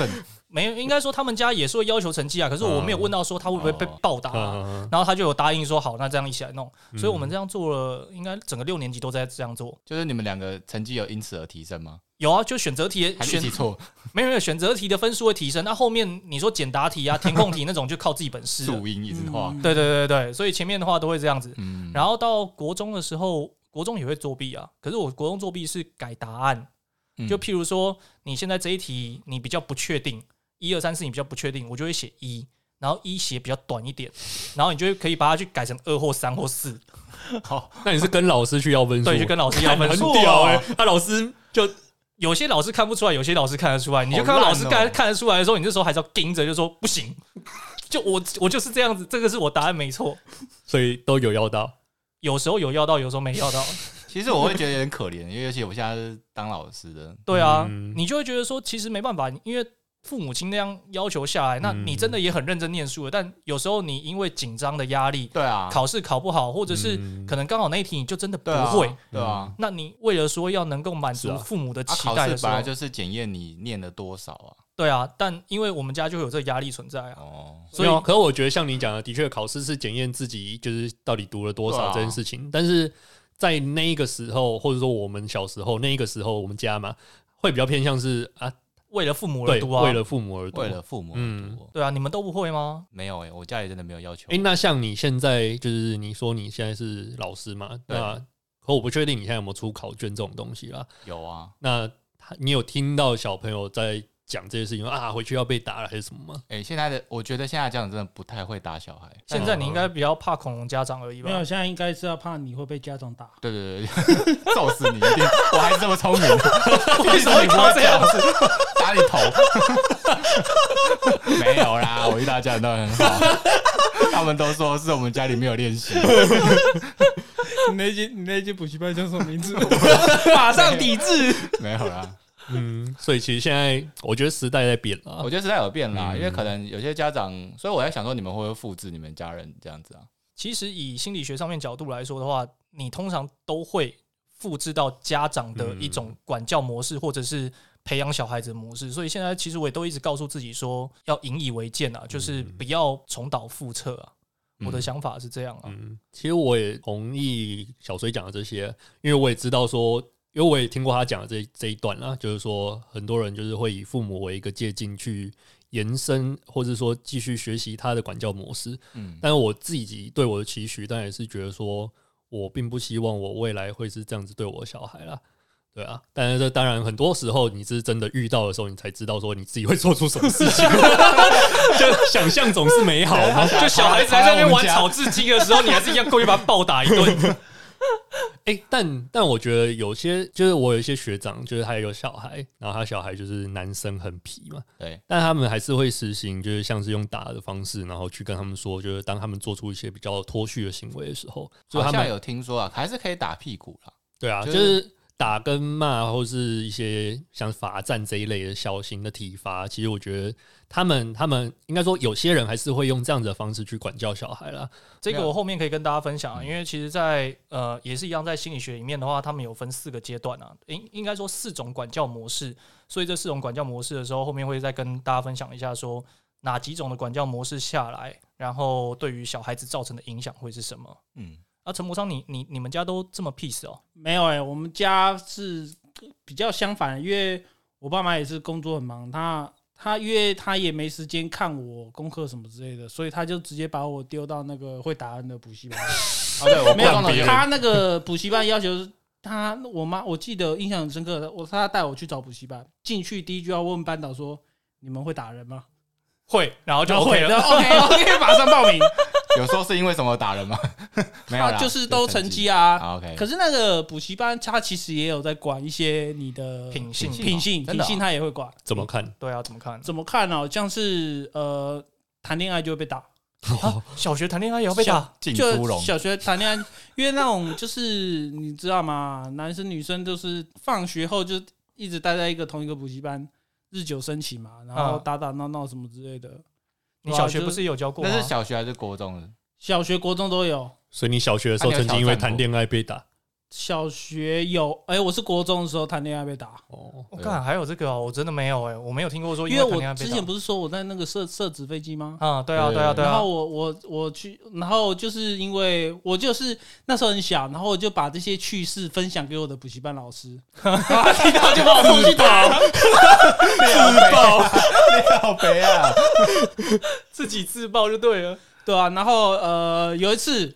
Speaker 3: 没有，应该说他们家也是会要求成绩啊。可是我没有问到说他会不会被
Speaker 4: 哦
Speaker 3: 暴打啊、
Speaker 2: 啊，
Speaker 3: 然后他就有答应说好，那这样一起来弄。所以我们这样做了，应该整个六年级都在这样做。
Speaker 4: 就是你们两个成绩有因此而提升吗？
Speaker 3: 有啊，就选择题
Speaker 4: 还是一
Speaker 3: 选
Speaker 4: 起错
Speaker 3: 没有没有选择题的分数会提升，那后面你说简答题啊、填空题那种就靠自己本 事了。
Speaker 4: 注音一
Speaker 1: 嗯
Speaker 4: 直画？
Speaker 3: 对对对对，所以前面的话都会这样子。
Speaker 4: 嗯，
Speaker 3: 然后到国中的时候，国中也会作弊啊。可是我国中作弊是改答案，
Speaker 4: 嗯
Speaker 3: 就譬如说你现在这一题你比较不确定，一二三四你比较不确定，我就会写一，然后一写比较短一点，然后你就会可以把它去改成二或三或四，
Speaker 2: 那你是跟老师去要分数？哎
Speaker 3: 对，就跟老师要
Speaker 2: 很
Speaker 3: 分
Speaker 4: 欸
Speaker 2: 啊
Speaker 3: 数。哦
Speaker 2: 屌哎、他老师就
Speaker 3: 有些老师看不出来，有些老师看得出
Speaker 4: 哦
Speaker 3: 来。你就看到老师看、看得出来的时候，你这时候还是要盯着，就说不行，就我我就是这样子，这个是我答案没错。
Speaker 2: 所以都有要到。
Speaker 3: 有时候有要到，有时候没要到。
Speaker 4: 其实我会觉得有点可怜，因为尤其我现在是当老师的，
Speaker 3: 对啊，
Speaker 2: 嗯
Speaker 3: 你就会觉得说，其实没办法，因为父母亲那样要求下来，那你真的也很认真念书了。但有时候你因为紧张的压力，
Speaker 4: 对啊，
Speaker 3: 考试考不好，或者是
Speaker 2: 嗯
Speaker 3: 可能刚好那一题你就真的不
Speaker 4: 对啊
Speaker 3: 会，，
Speaker 4: 对啊，
Speaker 3: 那你为了说要能够满
Speaker 2: 是
Speaker 3: 足
Speaker 2: 啊
Speaker 3: 父母的
Speaker 4: 啊，
Speaker 3: 期
Speaker 4: 考
Speaker 3: 待
Speaker 4: 试
Speaker 3: 的时
Speaker 4: 本
Speaker 3: 候，
Speaker 4: 来就是检验你念了多少啊，
Speaker 3: 对啊，但因为我们家就有这个压力存在啊，
Speaker 4: 哦，
Speaker 3: 所以
Speaker 2: 没有可是我觉得像你讲的，的确考试是检验自己就是到底读了多
Speaker 4: 对啊
Speaker 2: 少这件事情，但是在那一个时候，或者说我们小时候那一个时候，我们家嘛会比较偏向是啊，
Speaker 3: 为了父母而
Speaker 2: 对，
Speaker 3: 读啊，
Speaker 2: 为了父母而读。
Speaker 4: 为了父母而
Speaker 2: 嗯
Speaker 4: 读哦，
Speaker 3: 对啊，你们都不会吗？
Speaker 4: 没有哎，我家里真的没有要求
Speaker 2: 哎、，那像你现在就是你说你现在是老师嘛？
Speaker 4: 对
Speaker 2: 那可我不确定你现在有没有出考卷这种东西啦。
Speaker 4: 有啊，
Speaker 2: 那他你有听到小朋友在讲这些事情啊？回去要被打了还是什么吗？
Speaker 4: 哎，现在的我觉得现在家长真的不太会打小孩，
Speaker 3: 现在你应该比较怕恐龙家长而已吧
Speaker 1: 没？有，现在应该是要怕你会被家长打。
Speaker 4: 对对对对， 揍死你！一定，我还这么聪明， 为什么你不
Speaker 3: 考
Speaker 4: 会
Speaker 3: 这
Speaker 4: 这
Speaker 3: 样
Speaker 4: 样子？打你头！ 没有啦，我遇到家长都很 好，他们都说是我们家里没有练习。
Speaker 1: 你那间你那间补习班叫什么名字？
Speaker 3: 马上抵制。
Speaker 4: 没有啦，
Speaker 2: 嗯，所以其实现在我觉得时代在变了啊
Speaker 4: 我。觉得时代有变啦，
Speaker 2: 嗯
Speaker 4: 因为可能有些家长，所以我在想说，你们会不会复制你们家人这样子啊？
Speaker 3: 其实以心理学上面角度来说的话，你通常都会复制到家长的一种管教模式，或者是培养小孩子的模式。所以现在其实我也都一直告诉自己说，要引以为戒啊，就是不要重蹈覆辙啊。我的想法是这样啊，
Speaker 2: 嗯，其实我也同意小水讲的这些，因为我也知道说，因为我也听过他讲的这这一段啦，就是说很多人就是会以父母为一个借鉴去延伸，或者说继续学习他的管教模式。
Speaker 4: 嗯，
Speaker 2: 但是我自己对我的期许，当然也是觉得说我并不希望我未来会是这样子对我的小孩啦。对啊，但是这当然很多时候你是真的遇到的时候，你才知道说你自己会做出什么事情。就想象总是美好嘛。
Speaker 3: 就小孩子还在那边玩草字经的时候，你还是一样过去把他暴打一顿。
Speaker 2: 哎、但但我觉得有些就是我有一些学长，就是他有小孩，然后他小孩就是男生很皮嘛，
Speaker 4: 对，
Speaker 2: 但他们还是会实行就是像是用打的方式，然后去跟他们说，就是当他们做出一些比较脱序的行为的时候，就
Speaker 4: 好
Speaker 2: 他
Speaker 4: 像
Speaker 2: 们
Speaker 4: 有听说啊，还是可以打屁股啦。
Speaker 2: 对啊，
Speaker 4: 就
Speaker 2: 就是是打跟骂或是一些像罚站这一类的小型的体罚，其实我觉得他们他们应该说有些人还是会用这样子的方式去管教小孩啦。
Speaker 3: 这个我后面可以跟大家分享啊，因为其实在，呃也是一样，在心理学里面的话，他们有分四个阶段啊，应应该说四种管教模式。所以这四种管教模式的时候，后面会再跟大家分享一下说，哪几种的管教模式下来，然后对于小孩子造成的影响会是什么。
Speaker 4: 嗯，
Speaker 3: 啊，陈博昌，你你你们家都这么 peace 哦？
Speaker 1: 没有哎、我们家是比较相反的，因为我爸妈也是工作很忙，他他因为他也没时间看我功课什么之类的，所以他就直接把我丢到那个会打人的补习班。
Speaker 4: 哦，对，我
Speaker 1: 没有
Speaker 4: 高中的时候
Speaker 1: 他那个补习班要求是他我妈，我记得印象很深刻的，我他带我去找补习班，进去第一句要问班导说：“你们会打人吗
Speaker 3: 会，然后？”就 OK
Speaker 1: 会
Speaker 3: 了。
Speaker 1: 然后 OK OK，马上报名。
Speaker 4: 有时候是因为什么打人吗？ 没有
Speaker 1: 啊
Speaker 4: 啦，
Speaker 1: 就是都成绩
Speaker 4: 绩
Speaker 1: 啊，
Speaker 4: 啊。OK，
Speaker 1: 可是那个补习班，它其实也有在管一些你的
Speaker 3: 品性
Speaker 1: 品性，
Speaker 4: 真
Speaker 1: 品
Speaker 4: 的哦
Speaker 1: 性它也会管。
Speaker 2: 怎么看？
Speaker 3: 对啊，怎么看？
Speaker 1: 怎么看呢、啊像是呃，谈恋爱就会被打，
Speaker 3: 啊小学谈恋爱也要被打？
Speaker 4: 进
Speaker 1: 就
Speaker 4: 猪笼，
Speaker 1: 小学谈恋爱，因为那种就是你知道吗？男生女生就是放学后就一直待在一个同一个补习班，日久生情嘛，然后
Speaker 3: 嗯
Speaker 1: 打打闹闹什么之类的。
Speaker 3: 你
Speaker 1: 对啊
Speaker 3: 小学
Speaker 1: 就
Speaker 3: 不是有教过吗？
Speaker 4: 那是小学还是国中的？
Speaker 1: 小学、国中都有，
Speaker 2: 所以你小学的时候
Speaker 4: 那你有
Speaker 2: 曾经因为
Speaker 4: 挑战
Speaker 2: 谈
Speaker 4: 过
Speaker 2: 恋爱被打
Speaker 1: 小学有，哎、我是国中的时候谈恋爱被打。
Speaker 2: 哦，
Speaker 3: 我看还有这个哦，我真的没有哎，我没有听过说
Speaker 1: 因
Speaker 3: 为
Speaker 1: 为
Speaker 3: 谈恋
Speaker 1: 我
Speaker 3: 爱被
Speaker 1: 之
Speaker 3: 打
Speaker 1: 前不是说我在那个设设纸飞机吗？
Speaker 3: 啊，对啊，对啊，对啊。
Speaker 1: 然后我我我去，然后就是因为我就是那时候很小，然后我就把这些趣事分享给我的补习班老 师， 然后他听到就把我送去打。
Speaker 4: 自爆，你 好肥啊！
Speaker 3: 自己自爆就对了。
Speaker 1: 对啊，然后呃，有一次，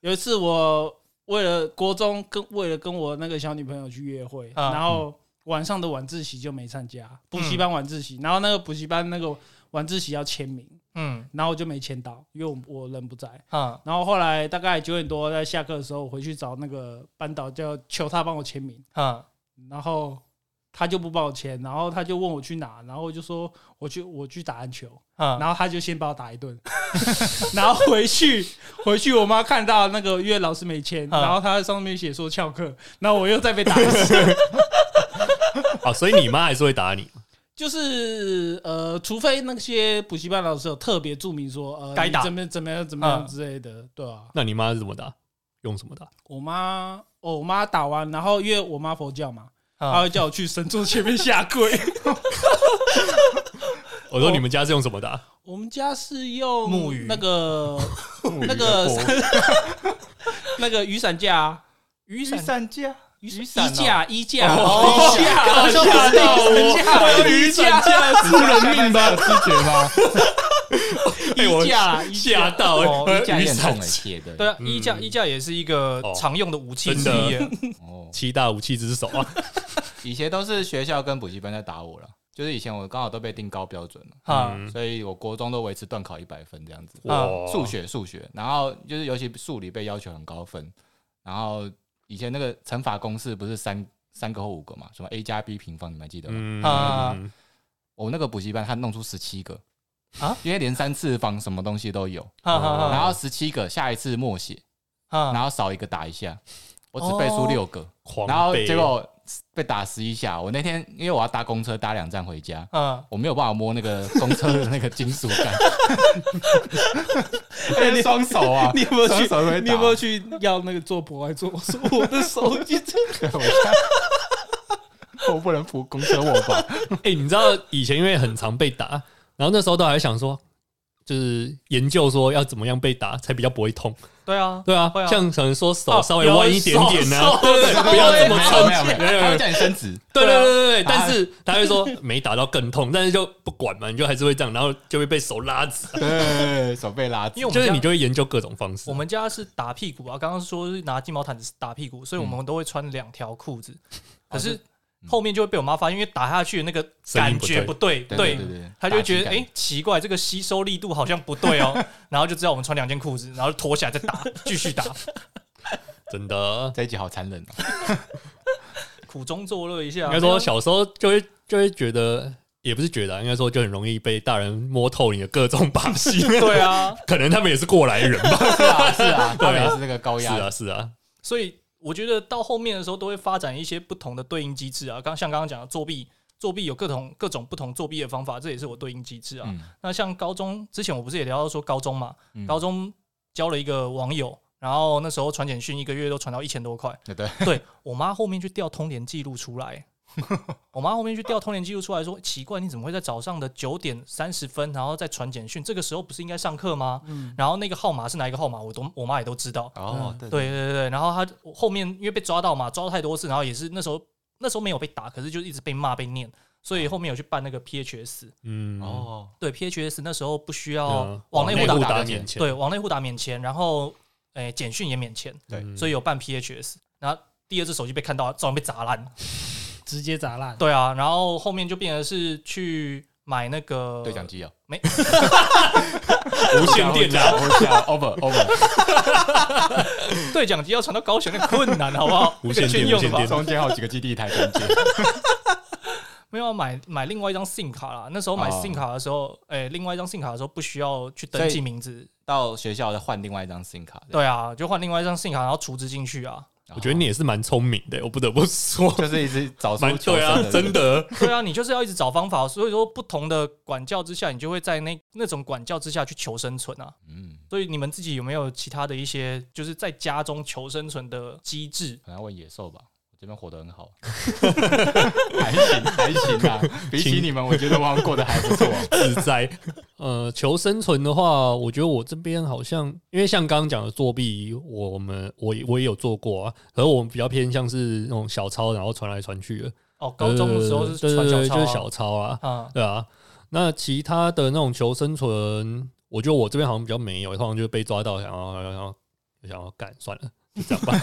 Speaker 1: 有一次我为了国中跟为了跟我那个小女朋友去约会，
Speaker 3: 啊
Speaker 1: 然后晚上的晚自习就没参加，补习班晚自习，然后那个补习班那个晚自习要签名，
Speaker 3: 嗯
Speaker 1: 然后我就没签到，因为我我人不在。
Speaker 3: 啊，
Speaker 1: 然后后来大概九点多在下课的时候，我回去找那个班导，叫求他帮我签名，
Speaker 3: 啊，
Speaker 1: 然后他就不帮我签，然后他就问我去哪，然后我就说我去我去打篮球，
Speaker 3: 啊，
Speaker 1: 然后他就先把我打一顿， 然后回去回去我妈看到那个因为老师没签，
Speaker 3: 啊
Speaker 1: 然后他上面写说翘课，然后我又再被打一 次，
Speaker 2: 啊，所以你妈还是会打你，
Speaker 1: 就是呃，除非那些补习班老师有特别注明说呃
Speaker 3: 该打
Speaker 1: 你怎么样怎么样怎么样
Speaker 3: 嗯
Speaker 1: 之类的，对啊，
Speaker 2: 那你妈是怎么打？用什么打？
Speaker 1: 我妈哦我妈打完，然后因为我妈佛教嘛，
Speaker 3: 啊
Speaker 1: 她会叫我去神座前面下跪。
Speaker 2: 我说你们家是用什么打？
Speaker 1: 我们家是用
Speaker 3: 木鱼
Speaker 1: 那个那
Speaker 4: 那
Speaker 1: 个 那个雨伞架啊，
Speaker 3: 雨
Speaker 1: 伞
Speaker 3: 伞架，
Speaker 1: 雨啊
Speaker 3: 雨伞哦
Speaker 1: 衣架衣架
Speaker 3: 哦
Speaker 1: 衣架，
Speaker 3: 搞笑
Speaker 1: 吓到
Speaker 2: 我
Speaker 1: 我雨伞架
Speaker 4: 出人命吧？知觉吗？
Speaker 2: 哎我
Speaker 1: 衣架啦衣 架，
Speaker 2: 吓到
Speaker 3: 哦
Speaker 2: 呃
Speaker 4: 衣架
Speaker 2: 雨
Speaker 4: 很
Speaker 2: 伞
Speaker 4: 痛诶，铁的。
Speaker 3: 对啊，
Speaker 2: 嗯
Speaker 3: 衣架衣架也是一个
Speaker 2: 哦
Speaker 3: 常用的武器
Speaker 2: 真
Speaker 3: 之
Speaker 2: 的
Speaker 3: 一啊耶。
Speaker 4: 哦，
Speaker 2: 七大武器之首 啊！
Speaker 4: 以前都是学校跟补习班在打我了，就是以前我刚好都被定高标准了，
Speaker 3: 啊，
Speaker 2: 嗯
Speaker 4: 所以我国中都维持段考一百分这样子。
Speaker 2: 哇，
Speaker 4: 啊数学数学，然后就是尤其数理被要求很高分，然后以前那个乘法公式不是三三个或五个嘛，什么 a 加 b 平方，你们还记得吗？
Speaker 2: 嗯
Speaker 3: 啊
Speaker 2: 嗯
Speaker 4: 我那个补习班他弄出十七个
Speaker 3: 啊，
Speaker 4: 因为连三次方什么东西都有，
Speaker 3: 哈哈
Speaker 2: 啊
Speaker 4: 然
Speaker 3: 哈
Speaker 4: 后十七个下一次默写，
Speaker 3: 哈
Speaker 4: 然后少一个打一下，我只背
Speaker 3: 哦
Speaker 4: 出六个，
Speaker 2: 狂
Speaker 4: 然后
Speaker 2: 背哦
Speaker 4: 结果被打十一下。我那天因为我要搭公车搭两站回家，
Speaker 3: 啊，
Speaker 4: 我没有办法摸那个公车的那个金属杆， 哎、双手啊，
Speaker 1: 你有没有
Speaker 4: 双
Speaker 1: 去？
Speaker 4: 手会
Speaker 1: 你有没有去要那个做博来做？我说我的手机真的
Speaker 4: 打？我 我不能扶公车握 把，
Speaker 2: 哎、你知道以前因为很常被打，然后那时候都还想说，就是研究说要怎么样被打才比较不会痛。
Speaker 3: 对啊，
Speaker 2: 对啊，
Speaker 3: 会啊
Speaker 2: 像可能说手
Speaker 3: 哦
Speaker 2: 稍微弯一点点呢、啊，对不对？不要这么
Speaker 4: 没有没有
Speaker 2: 撑。
Speaker 4: 没有，他会叫你伸直，
Speaker 2: 对对对对对，
Speaker 4: 啊
Speaker 2: 但是他会说没打到更痛，但是就不管嘛，你就还是会这样，然后就会被手拉直，
Speaker 4: 对，手被拉直，
Speaker 3: 因为我
Speaker 2: 就
Speaker 3: 们
Speaker 2: 是你
Speaker 3: 家
Speaker 2: 就会研究各种方式。啊
Speaker 3: 我们家是打屁股啊，刚刚说是拿鸡毛毯子打屁股，所以我们都会穿两条裤子，可是后面就会被我妈发现，因为打下去的那个
Speaker 2: 声音
Speaker 3: 感
Speaker 2: 不
Speaker 3: 觉
Speaker 2: 对
Speaker 3: 不对，
Speaker 4: 对对对对，
Speaker 3: 他就会觉得
Speaker 4: 打
Speaker 3: 哎、
Speaker 4: 击
Speaker 3: 诶奇怪，这个吸收力度好像不对哦，然后就知道我们穿两件裤子，然后脱下来再打，继续打，
Speaker 2: 真的啊
Speaker 4: 感，这一集好残忍哦，
Speaker 3: 苦中作乐一下。
Speaker 2: 应该说小时候就会就会觉得，也不是觉得啊，应该说就很容易被大人摸透你的各种把戏。
Speaker 3: 对啊，
Speaker 2: 可能他们也是过来人 吧。
Speaker 4: 是啊是啊，
Speaker 2: 对啊
Speaker 4: 他们也是那个高
Speaker 2: 是
Speaker 3: 哦
Speaker 4: 压，
Speaker 2: 啊，是啊，
Speaker 3: 所以我觉得到后面的时候都会发展一些不同的对应机制啊，刚像刚刚讲的作弊。作弊有各种各种不同作弊的方法，这也是我对应机制啊。
Speaker 4: 嗯
Speaker 3: 那像高中之前，我不是也聊到说高中嘛，
Speaker 4: 嗯
Speaker 3: 高中交了一个网友，然后那时候传简讯一个月都传到一千多 块，
Speaker 4: 对对，
Speaker 3: 对我妈后面去调通联记录出来，我妈后面去调通联记录出来说，奇怪，你怎么会在早上的九点三十分，然后再传简讯？这个时候不是应该上课吗？
Speaker 4: 嗯
Speaker 3: 然后那个号码是哪一个号码，我都我妈也都知道。
Speaker 4: 哦对
Speaker 3: 对对对，然后她我后面因为被抓到嘛，抓到太多次，然后也是那时候那时候没有被打，可是就一直被骂被念，所以后面有去办那个 PHS。
Speaker 2: 嗯，
Speaker 4: 哦，
Speaker 3: 对 PHS 那时候不需
Speaker 2: 对
Speaker 3: 要
Speaker 2: 啊，
Speaker 3: 哦往内
Speaker 2: 内
Speaker 3: 互打，
Speaker 4: 互打
Speaker 2: 打
Speaker 4: 免
Speaker 2: 免
Speaker 4: 钱
Speaker 2: 钱，
Speaker 3: 对往内互打免钱，然后诶、简讯也免钱，
Speaker 2: 嗯
Speaker 3: 所以有办 PHS。然后第二只手机被看到，照样被砸烂。
Speaker 1: 直接砸烂。
Speaker 3: 对啊，然后后面就变成是去买那个
Speaker 4: 对讲机哦，
Speaker 2: 无线电 啊，？
Speaker 4: 我讲 over over，
Speaker 3: 对讲机要传到高雄的困难，好不好
Speaker 2: 无线电
Speaker 3: 这个军用
Speaker 2: 无
Speaker 3: 的
Speaker 2: 线
Speaker 3: 吧
Speaker 2: 电？
Speaker 4: 中间好几个基地台中间，
Speaker 3: 没有啊买买另外一张 SIM 卡啦。那时候买
Speaker 4: 哦
Speaker 3: SIM 卡的时候，诶，另外一张 SIM 卡的时候不需要去登
Speaker 4: 所
Speaker 3: 记
Speaker 4: 以
Speaker 3: 名字。
Speaker 4: 到学校再换另外一张 SIM 卡，
Speaker 3: 对啊，就换另外一张 SIM 卡，然后储值进去 啊。
Speaker 4: 然后
Speaker 2: 我觉得你也是蛮聪明的，我不得不说，
Speaker 4: 就是一直找出
Speaker 2: 蛮
Speaker 4: 求
Speaker 2: 对啊
Speaker 4: 生，的
Speaker 2: 真的，
Speaker 3: 对啊，你就是要一直找方法。所以说，不同的管教之下，你就会在那那种管教之下去求生存啊。
Speaker 4: 嗯，
Speaker 3: 所以你们自己有没有其他的一些就是在家中求生存的机制？
Speaker 4: 可能要问野兽吧。我这边活得很好，还行还行 啊。比起你们，我觉得我好像过得还不 错。
Speaker 2: 自在。 呃，求生存的话，我觉得我这边好像，因为像刚刚讲的作弊，我们我我也有做过啊，可是我们比较偏向是那种小抄，然后传来传去的。
Speaker 3: 哦，高中的时候
Speaker 2: 呃对对
Speaker 3: 是传
Speaker 2: 对
Speaker 3: 小
Speaker 2: 对
Speaker 3: 抄、啊，
Speaker 2: 就是小抄啊，
Speaker 3: 啊，
Speaker 2: 对啊。那其他的那种求生存，我觉得我这边好像比较没有，通常就是被抓到想要想要想要干，算了，就这样吧，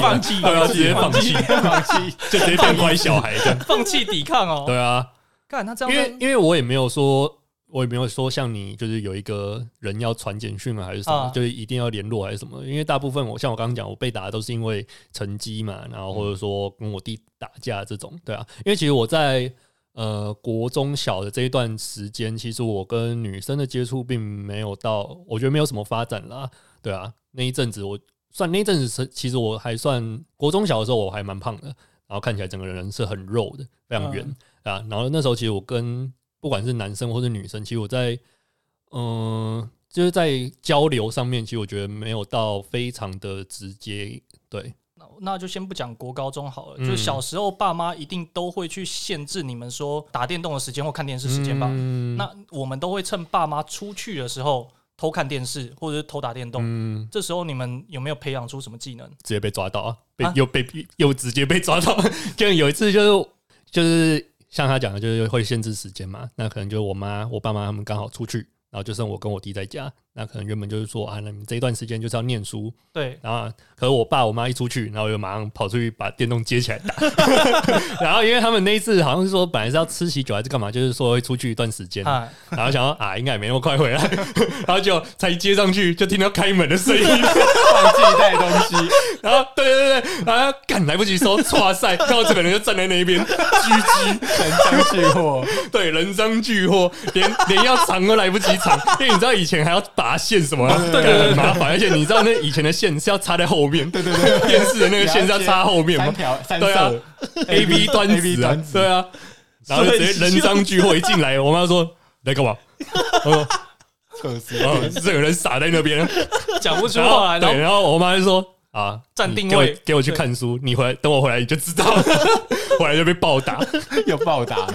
Speaker 1: 放弃
Speaker 2: 对啊，直接放弃，
Speaker 4: 放弃
Speaker 2: 就直接变乖小孩这样。
Speaker 3: 放弃抵抗哦。
Speaker 2: 对啊，
Speaker 3: 干，那这
Speaker 2: 因
Speaker 3: 样
Speaker 2: 为
Speaker 3: 子
Speaker 2: 因为我也没有说我也没有说像你就是有一个人要传简讯啊，还是什么，
Speaker 3: 啊
Speaker 2: 就是一定要联络还是什么。因为大部分我像我刚刚讲，我被打的都是因为成绩嘛，然后或者说跟我弟打架这种，对啊。因为其实我在呃国中小的这一段时间，其实我跟女生的接触并没有到，我觉得没有什么发展啦，对啊。那一阵子我算那一阵子是，其实我还算国中小的时候我还蛮胖的，然后看起来整个人是很肉的，非常圆、
Speaker 3: 嗯
Speaker 2: 啊。然后那时候其实我跟不管是男生或是女生，其实我在嗯、呃就是在交流上面，其实我觉得没有到非常的直接，对，
Speaker 3: 那那就先不讲国高中好了，
Speaker 2: 嗯
Speaker 3: 就小时候爸妈一定都会去限制你们说打电动的时间或看电视时间吧。
Speaker 2: 嗯
Speaker 3: 那我们都会趁爸妈出去的时候偷看电视或者是偷打电动。
Speaker 2: 嗯，
Speaker 3: 这时候你们有没有培养出什么技能？
Speaker 2: 直接被抓到啊，被、
Speaker 3: 啊
Speaker 2: 又被又直接被抓到。 就有一次就是就是像他讲的，就是会限制时间嘛，那可能就是我妈我爸妈他们刚好出去，然后就剩我跟我弟在家，那可能原本就是说啊，那你们这一段时间就是要念书，
Speaker 3: 对，
Speaker 2: 然后可是我爸我妈一出去，然后我就马上跑出去把电动接起来打。 然后因为他们那一次好像是说本来是要吃喜酒还是干嘛，就是说会出去一段时间，
Speaker 3: 啊，
Speaker 2: 然后想说啊应该也没那么快回来， 然后就才接上去就听到开门的声音，
Speaker 4: 忘记带东西，
Speaker 2: 然后对对对对，然后赶来不及收，哇塞，然后这个人就站在那边，
Speaker 4: 狙击人赃俱获，
Speaker 2: 对，人赃俱获，连连要藏都来不及藏，因为你知道以前还要拔线什么，对对，很麻烦，而且你知道那以前的线是要插在后面，对对对，电视的那个线是要插后面吗
Speaker 4: 三？条三
Speaker 2: 对啊
Speaker 4: 色，
Speaker 2: A B 端
Speaker 4: A B
Speaker 2: 子、啊
Speaker 4: 端，子
Speaker 2: 对啊，然后就直接人赃俱获，一进来，我妈说你在干嘛？我说
Speaker 4: 测试
Speaker 2: 哦，这个人傻在那边，
Speaker 3: 讲不出
Speaker 2: 然
Speaker 3: 话
Speaker 2: 后
Speaker 3: 来，然
Speaker 2: 对，
Speaker 3: 后
Speaker 2: 然后我妈就说啊，
Speaker 3: 站
Speaker 2: 你
Speaker 3: 定
Speaker 2: 给我
Speaker 3: 位
Speaker 2: 给我去看书，你回来等我回来你就知道了， 回来就被暴打，
Speaker 4: 有暴打，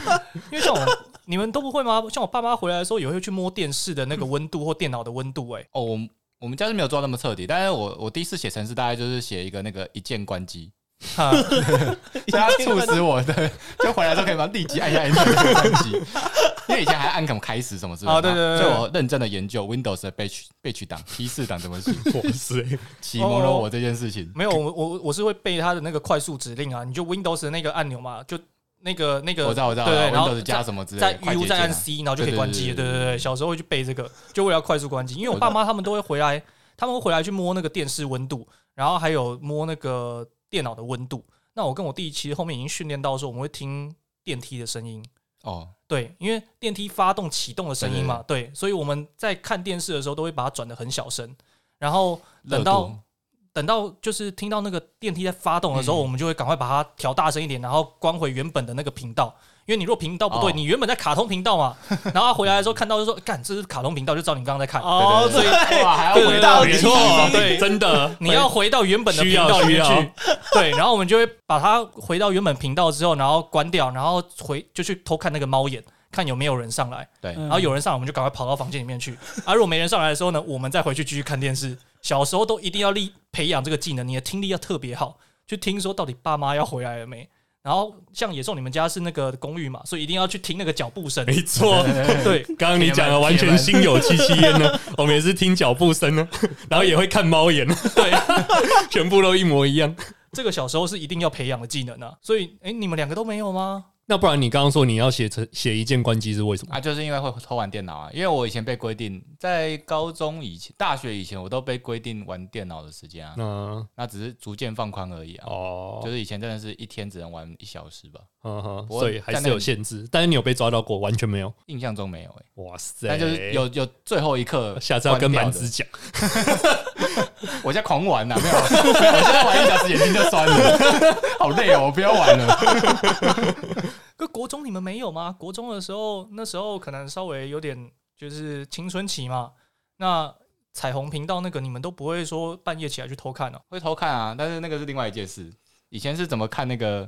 Speaker 3: 因为像我。你们都不会吗？像我爸妈回来的时候，也会去摸电视的那个温度或电脑的温度、欸。
Speaker 4: 哦，我们我们家是没有做到那么彻底，但是我我第一次写程式，大概就是写一个那个一键关机，
Speaker 3: 哎、
Speaker 4: 所以它促使我 的就回来之后可以把立即按下一键关机，因为以前还按什么开始什么之类的嘛，
Speaker 3: 啊对对对对
Speaker 4: 所以我认真的研究 Windows 的 batch batch 档、批次档怎么写，
Speaker 2: 哇塞，
Speaker 4: 启蒙了我这件事情。
Speaker 3: 没有，我我我是会背他的那个快速指令啊，你就 Windows 的那个按钮嘛，就那个那个，
Speaker 2: 哦
Speaker 4: 我知道我知道
Speaker 3: 对对，然后
Speaker 4: ，Windows 加什么之类
Speaker 3: 在
Speaker 4: 的，快
Speaker 3: U
Speaker 4: 捷
Speaker 3: 再
Speaker 4: 键
Speaker 3: 按
Speaker 4: 啊
Speaker 3: C，然后就可以
Speaker 4: 对对
Speaker 3: 关机了。
Speaker 4: 对
Speaker 3: 对
Speaker 4: 对
Speaker 3: 对对，小时候会去背这个，就为了要快速关机。因为我
Speaker 4: 我
Speaker 3: 爸
Speaker 4: 知
Speaker 3: 妈他们都会回来，他们会回来去摸那个电视温度，然后还有摸那个电脑的温度。那我跟我弟其实后面已经训练到说，我们会听电梯的声音。
Speaker 4: 哦，
Speaker 3: 对，因为电梯发动启动的声音嘛，对，所以我们在看电视的时候都会把它转的很小声，然后等
Speaker 4: 热
Speaker 3: 到
Speaker 4: 度
Speaker 3: 等到就是听到那个电梯在发动的时候，我们就会赶快把它调大声一点，然后关回原本的那个频道。因为你若频道不对，
Speaker 4: 哦
Speaker 3: 你原本在卡通频道嘛，然后他回来的时候看到就说：“干，这是卡通频道，就照你刚刚在 看。
Speaker 1: 哦，
Speaker 4: 对
Speaker 1: 对，
Speaker 4: 哇，还要
Speaker 3: 对对
Speaker 4: 回
Speaker 3: 对
Speaker 4: 到
Speaker 2: 没
Speaker 4: 原
Speaker 2: 错
Speaker 4: 地，
Speaker 3: 对
Speaker 2: 真的，
Speaker 3: 你要回到原本的频
Speaker 2: 需要
Speaker 3: 道里面
Speaker 2: 需要
Speaker 3: 去。对，然后我们就会把它回到原本频道之后，然后关掉，然后回就去偷看那个猫眼，看有没有人上来。
Speaker 4: 对
Speaker 1: 嗯
Speaker 3: 然后有人上来，我们就赶快跑到房间里面去。 啊而、如果没人上来的时候呢，我们再回去继续看电视。小时候都一定要力培养这个技能，你的听力要特别好，去听说到底爸妈要回来了没。然后像野兽，你们家是那个公寓嘛，所以一定要去听那个脚步声。
Speaker 2: 没错。
Speaker 3: 对，
Speaker 2: 刚刚你讲的完全心有戚戚焉呢，我们也是听脚步声呢，然后也会看猫眼，
Speaker 3: 对，
Speaker 2: 全部都一模一样。
Speaker 3: 这个小时候是一定要培养的技能啊。所以，哎，你们两个都没有吗？
Speaker 2: 那不然你刚刚说你要写成写一键关机是为什么？
Speaker 4: 啊，就是因为会偷玩电脑啊，因为我以前被规定，在高中以前、大学以前，我都被规定玩电脑的时间啊，
Speaker 2: 嗯，
Speaker 4: 那只是逐渐放宽而已啊。
Speaker 2: 哦
Speaker 4: 就，是以前真的是一天只能玩一小时吧，
Speaker 2: 嗯哼，
Speaker 4: 不过
Speaker 2: 所以还是有限制。但是你有被抓到过？完全没有。
Speaker 4: 印象中没有哎、
Speaker 2: 哇塞，
Speaker 4: 但就是有有最后一刻，
Speaker 2: 下次要跟蛮子，讲，
Speaker 4: 我在狂玩呐、啊没有，我现在玩一小时眼睛就酸了， 好累哦，我不要玩了。
Speaker 3: 可国中你们没有吗？国中的时候，那时候可能稍微有点就是青春期嘛。那彩虹频道那个，你们都不会说半夜起来去偷看哦、
Speaker 4: 会偷看啊，但是那个是另外一件事。以前是怎么看那个，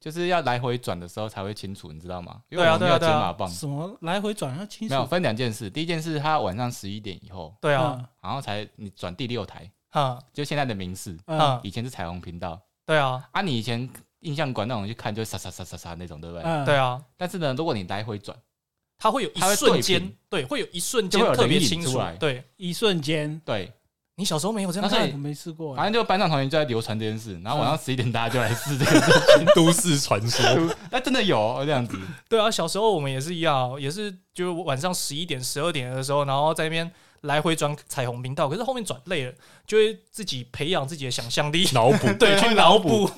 Speaker 4: 就是要来回转的时候才会清楚，你知道吗？因为
Speaker 3: 对啊
Speaker 4: 我们没
Speaker 3: 对
Speaker 4: 有
Speaker 3: 啊
Speaker 4: 解
Speaker 3: 对啊
Speaker 4: 码棒，
Speaker 1: 什么来回转要清
Speaker 4: 没有
Speaker 1: 楚，
Speaker 4: 分两件事。第一件事，他晚上十一点以后，
Speaker 3: 对啊，
Speaker 1: 嗯
Speaker 4: 然后才你转第六台，
Speaker 3: 哈、
Speaker 4: 就现在的明视，
Speaker 1: 嗯，嗯
Speaker 3: 嗯
Speaker 4: 以前是彩虹频道
Speaker 3: 对啊，
Speaker 4: 啊。你以前印象馆那种去看，就沙沙沙沙沙那种，对不对？
Speaker 1: 嗯，
Speaker 3: 对啊，
Speaker 4: 但是呢，如果你来回转，
Speaker 3: 它会有一
Speaker 4: 它会对
Speaker 3: 瞬间
Speaker 4: 频，
Speaker 3: 对，会有一瞬
Speaker 4: 就会
Speaker 3: 间
Speaker 4: 有
Speaker 3: 特别
Speaker 4: 人影
Speaker 3: 清
Speaker 4: 出
Speaker 3: 楚
Speaker 4: 来，
Speaker 3: 对，
Speaker 1: 一瞬间，
Speaker 4: 对，
Speaker 3: 你小时候没有这样
Speaker 4: 那所
Speaker 3: 看
Speaker 4: 以
Speaker 1: 我没试过欸、
Speaker 4: 反正就班上同学就在流传这件事，然后晚上十一点大家就来试这个，
Speaker 2: 都市传说，
Speaker 4: 那真的有哦这样子，
Speaker 3: 对啊，小时候我们也是一样啊，也是就是晚上十一点、十二点的时候，然后在那边来回转彩虹频道，可是后面转累了，就会自己培养自己的想象力，
Speaker 2: 脑补
Speaker 3: 对，去脑补，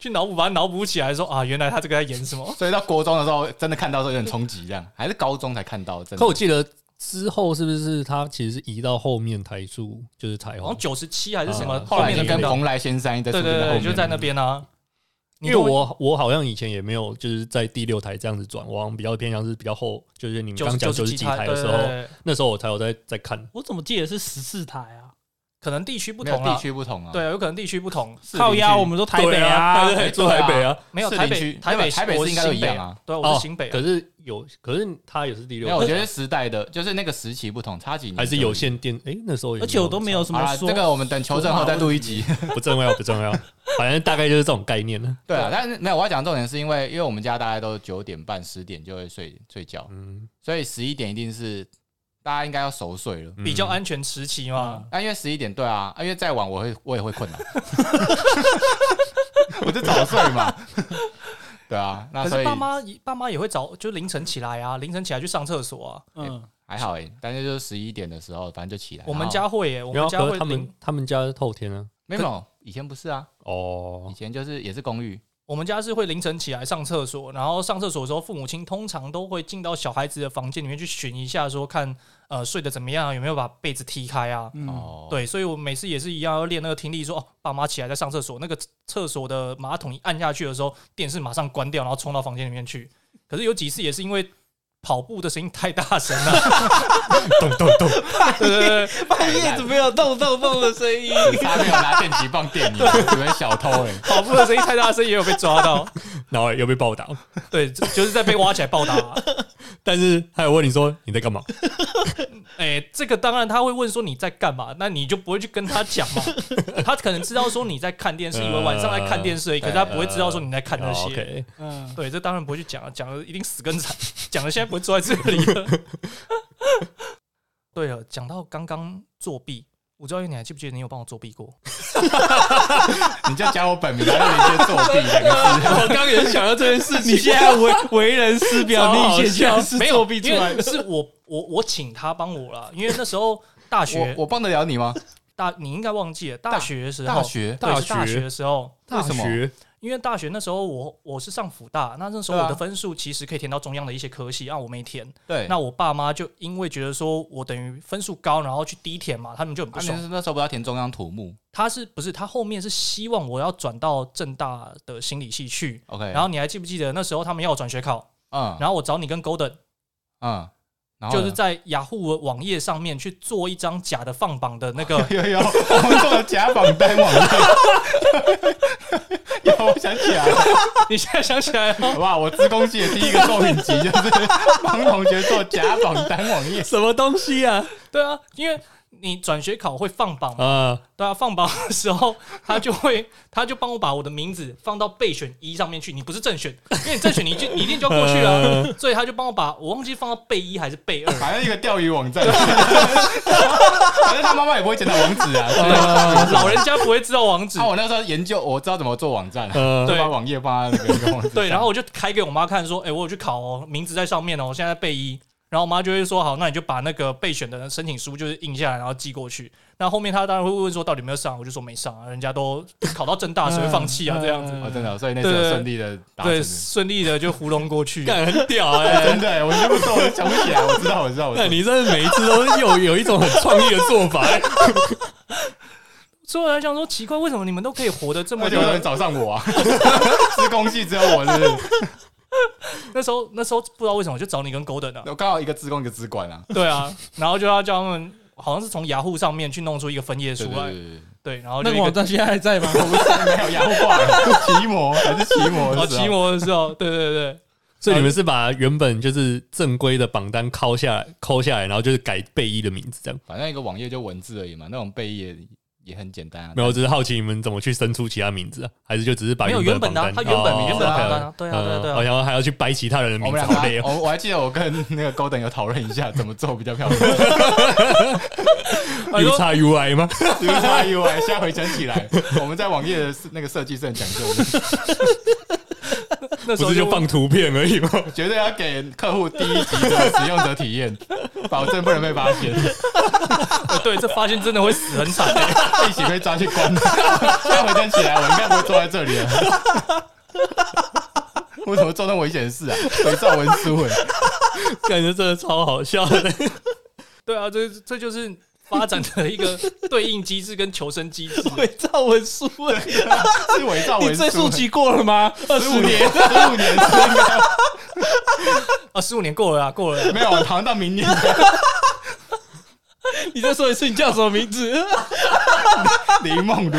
Speaker 3: 去脑补，把它脑补起来说啊，原来他这个在演什么。
Speaker 4: 所以到国中的时候真的看到的时候有点冲击，这样还是高中才看到，真
Speaker 2: 可
Speaker 4: 的
Speaker 2: 我记得之后是不是它其实是移到后面台数，就是彩虹
Speaker 3: 好像？九十七还是什么
Speaker 2: 啊，
Speaker 4: 后来
Speaker 3: 面
Speaker 4: 就
Speaker 3: 的
Speaker 4: 跟
Speaker 3: 频道，
Speaker 4: 蓬莱仙山一直
Speaker 3: 对对
Speaker 4: 出现在后
Speaker 3: 对，
Speaker 4: 面
Speaker 3: 就在那边啊。你
Speaker 2: 因为我我好像以前也没有就是在第六台这样子转，我好像比较偏向是比较后，就是你们
Speaker 3: 九
Speaker 2: 刚讲
Speaker 3: 九
Speaker 2: 就是
Speaker 3: 几
Speaker 2: 几台的
Speaker 3: 对
Speaker 2: 时
Speaker 3: 对对
Speaker 2: 候，
Speaker 3: 对
Speaker 2: 那时候我才有在在看。
Speaker 1: 我怎么记得是十四台啊？
Speaker 3: 可能地区不
Speaker 4: 没有
Speaker 3: 同
Speaker 4: 地
Speaker 3: 啊，
Speaker 4: 区不同啊，
Speaker 3: 对，有可能地区不同，
Speaker 4: 士林区，
Speaker 1: 靠压，我们都台北
Speaker 2: 对啊，对对
Speaker 4: 哎
Speaker 2: 住
Speaker 4: 对啊
Speaker 2: 台北啊，
Speaker 3: 没有
Speaker 4: 士
Speaker 3: 台
Speaker 4: 林
Speaker 3: 北
Speaker 4: 区
Speaker 3: 台
Speaker 4: 没
Speaker 3: 北
Speaker 4: 有台北
Speaker 3: 我是
Speaker 4: 是应该都
Speaker 3: 新
Speaker 4: 一样
Speaker 3: 北
Speaker 4: 啊，
Speaker 3: 对，
Speaker 2: 哦
Speaker 3: 我是新北啊，
Speaker 2: 可是有，可是它也是第六
Speaker 4: 没有，我
Speaker 2: 台，
Speaker 4: 觉得时代的就是那个时期不同，差几年
Speaker 2: 还是有限电。哎，那时候也
Speaker 1: 而且我都没有什
Speaker 4: 啊。
Speaker 1: 么
Speaker 4: 这
Speaker 1: 说，
Speaker 4: 个我们等求证后再录一集。
Speaker 2: 不重要，不重要，反正大概就是这种概念了。
Speaker 4: 对啊，但是没有，我要讲重点是因为，因为我们家大概都九点半、十点就会睡睡觉，
Speaker 2: 嗯，
Speaker 4: 所以十一点一定是大家应该要熟睡了。
Speaker 2: 嗯
Speaker 3: 比较安全时期嘛。
Speaker 4: 啊，因为十一点对啊，啊因为再晚我会我也会困啊， 我就早睡 嘛。对啊，那
Speaker 3: 可
Speaker 4: 所
Speaker 3: 是
Speaker 4: 以
Speaker 3: 爸妈也爸妈也会早，就凌晨起来啊，凌晨起来去上厕所啊。
Speaker 1: 嗯，
Speaker 4: 还好哎、但是就是十一点的时候，反正就起来。
Speaker 3: 我们
Speaker 4: 然后
Speaker 3: 家会耶，我
Speaker 2: 然
Speaker 3: 们
Speaker 2: 后
Speaker 3: 家
Speaker 2: 可
Speaker 3: 会
Speaker 2: 是他
Speaker 3: 凌
Speaker 2: 们，他们家是透天啊，
Speaker 4: 没有没有，以前不是啊，以
Speaker 2: 哦，
Speaker 4: 前就是也是公寓，
Speaker 3: 我们家是会凌晨起来上厕所，然后上厕所的时候，父母亲通常都会进到小孩子的房间里面去巡一下，说看呃睡得怎么样啊，有没有把被子踢开啊。
Speaker 1: 嗯
Speaker 4: 哦，，
Speaker 3: 对，所以我每次也是一样要练那个听力，说哦，爸妈起来在上厕所，那个厕所的马桶一按下去的时候，电视马上关掉，然后冲到房间里面去。可是有几次也是因为跑步的声音太大声啊 了，
Speaker 2: 咚咚咚，
Speaker 3: 对对对，
Speaker 1: 半夜怎么有动动动的声音？
Speaker 4: 他没有拿电击棒电你，你们小偷哎、
Speaker 3: 跑步的声音太大声也有被抓到，
Speaker 2: 然后又被暴打。
Speaker 3: 对，就就是在被挖起来暴打、啊
Speaker 2: 但是他有问你说你在干嘛？
Speaker 3: 哎、这个当然他会问说你在干嘛，那你就不会去跟他讲嘛。他可能知道说你在看电视，以为晚上在看电视而已，可是他不会知道说你 在看那
Speaker 2: 哦
Speaker 3: 些。
Speaker 2: ，OK，
Speaker 1: 嗯，
Speaker 3: 对，这当然不会去讲啊，讲了一定死跟惨，讲了现在不会坐在这里了。 对了，讲到刚刚作弊，我知道你还记不记得你有帮我作弊 过？
Speaker 4: 你就讲我本名，然后你就作弊两个字。
Speaker 2: 我刚刚也是想到这件事情，
Speaker 1: 你现在为为人师表，
Speaker 2: 超好
Speaker 1: 你以前就是
Speaker 3: 没有
Speaker 1: 作弊出
Speaker 3: 因
Speaker 1: 来
Speaker 3: 为
Speaker 1: 的，
Speaker 3: 是我我我请他帮我啦，因为那时候大学
Speaker 4: 我我帮得了你吗？
Speaker 3: 大你应该忘记了，大学的时候
Speaker 4: 大学
Speaker 3: 对
Speaker 2: 大
Speaker 3: 是大
Speaker 2: 学
Speaker 3: 学的时候，
Speaker 2: 大 学
Speaker 3: 因为大学那时候我我是上辅大，那那时候
Speaker 4: 对啊
Speaker 3: 我的分数其实可以填到中央的一些科系，啊，我没填。
Speaker 4: 对，
Speaker 3: 那我爸妈就因为觉得说我等于分数高，然后去低填嘛，他们就很
Speaker 4: 啊
Speaker 3: 不
Speaker 4: 你
Speaker 3: 爽。
Speaker 4: 是那时候不是要填中央土木
Speaker 3: 他是不是他后面是希望我要转到正大的心理系去？
Speaker 4: ？OK，
Speaker 3: 然后你还记不记得那时候他们要我转学考，
Speaker 4: 嗯
Speaker 3: 然后我找你跟 Golden，
Speaker 4: 嗯，然后
Speaker 3: 就是
Speaker 4: 呢
Speaker 3: 在雅虎的网页上面去做一张假的放榜的那个
Speaker 4: 有有，哎我们做了假榜单网站。 有，我想起来了，
Speaker 3: 你现在想起来了，
Speaker 4: 哇！我自贡系的第一个作品集就是帮同学做假榜单网页。
Speaker 2: 什么东西啊？
Speaker 3: 对啊，因为你转学考会放榜嘛
Speaker 2: 啊，
Speaker 3: 对啊，放榜的时候，他就会，他就帮我把我的名字放到备选一上面去。你不是正选，因为你正选你 就你一定就要过去了、啊所以他就帮我把我忘记放到备一还是备 二。
Speaker 4: 反正一个钓鱼网站，反正他妈妈也不会检讨网 址啊。所以
Speaker 3: 老人家不会知道网址
Speaker 4: 啊，，我那时候研究，我知道怎么做网站啊，
Speaker 2: 呃
Speaker 4: 就
Speaker 3: 对
Speaker 4: 把网页放在那个那个网址上。
Speaker 3: 对，然后我就开给我妈看，说，哎、我有去考哦，名字在上面哦，我现在在备一。然后我妈就会说，好，那你就把那个备选的申请书就是印下来，然后寄过去。那后面她当然会问说，到底有没有上？我就说没上啊，人家都考到正大，谁会放弃啊？这样子，
Speaker 1: 嗯
Speaker 4: 哦，真的哦，所以那时候
Speaker 3: 对
Speaker 4: 顺利的达成
Speaker 3: 对，
Speaker 4: 了。
Speaker 3: 顺利的就糊弄过去。
Speaker 2: 干很屌哎、
Speaker 4: 真的耶，我就不知道，我想不起来。我知道，我知道，我知
Speaker 2: 那
Speaker 4: 道。
Speaker 2: 你真的每一次都有有一种很创意的做法、 欸，
Speaker 3: 所以我在想说，奇怪，为什么你们都可以活得这么
Speaker 4: 而且 有
Speaker 3: 的
Speaker 4: 人找上我 啊，施工系只有我是不是，
Speaker 3: 那时候那时候不知道为什么就找你跟 Golden 啊，
Speaker 4: 我刚好一个职工一个职管啊。
Speaker 3: 对啊，然后就要叫他们好像是从雅虎上面去弄出一个分页出来，对，然后就
Speaker 1: 那
Speaker 3: 一
Speaker 1: 个网
Speaker 3: 个
Speaker 1: 站现在还在 吗？
Speaker 4: 我啊不是没有洋挂了，奇摩还 是啊奇摩
Speaker 3: 哦
Speaker 4: 的时候？
Speaker 3: 骑摩的时候，对对对，
Speaker 2: 所以你们是把原本就是正规的榜单抠下来，抠下来，然后就是改贝一的名字这样。
Speaker 4: 反正一个网页就文字而已嘛，那种背页也很简单啊。
Speaker 2: 没有，我只是好奇你们怎么去生出其他名字啊？还是就只是把
Speaker 3: 没有原本的啊
Speaker 2: 的，
Speaker 3: 他原本
Speaker 2: 哦
Speaker 3: 原本的
Speaker 2: 还有
Speaker 3: 榜单啊对啊对啊对
Speaker 2: 嗯
Speaker 3: 啊
Speaker 2: 好像还要去掰其他人的名
Speaker 4: 我们
Speaker 2: 字，
Speaker 4: 两个
Speaker 2: 好
Speaker 4: 啊
Speaker 2: 累，哦。
Speaker 4: 我我还记得我跟那个 Golden 有讨论一下怎么做比较漂 亮。
Speaker 3: 哎呦
Speaker 2: U 叉 U I 吗？
Speaker 4: U 叉 U I，现在回想起来，我们在网页的那个设计是很讲究的，
Speaker 3: 那时
Speaker 2: 不
Speaker 3: 候
Speaker 2: 是就放图片而已吗？
Speaker 4: 绝对要给客户第一级的使用者体验，保证不能被发现，
Speaker 3: 对，这发现真的会死很惨欸。
Speaker 4: 一起被抓去关。现在回想起来，我应该不会坐在这里了。 为什么做那么危险的事啊？伪造文书哎、
Speaker 2: 感觉真的超好笑的。
Speaker 3: 对啊，这这就是发展的一个对应机制跟求生机制。
Speaker 1: 伪造文书欸，
Speaker 4: 是伪造文
Speaker 1: 你
Speaker 4: 书、
Speaker 1: 追溯期过了吗？二
Speaker 4: 十
Speaker 1: 十
Speaker 4: 五
Speaker 1: 年，
Speaker 4: 年，十五年之内
Speaker 3: 啊，十五年过了啊，过了啊。
Speaker 4: 没有，好像到明年
Speaker 1: 你再说一次，你叫什么名字？
Speaker 4: 林梦如。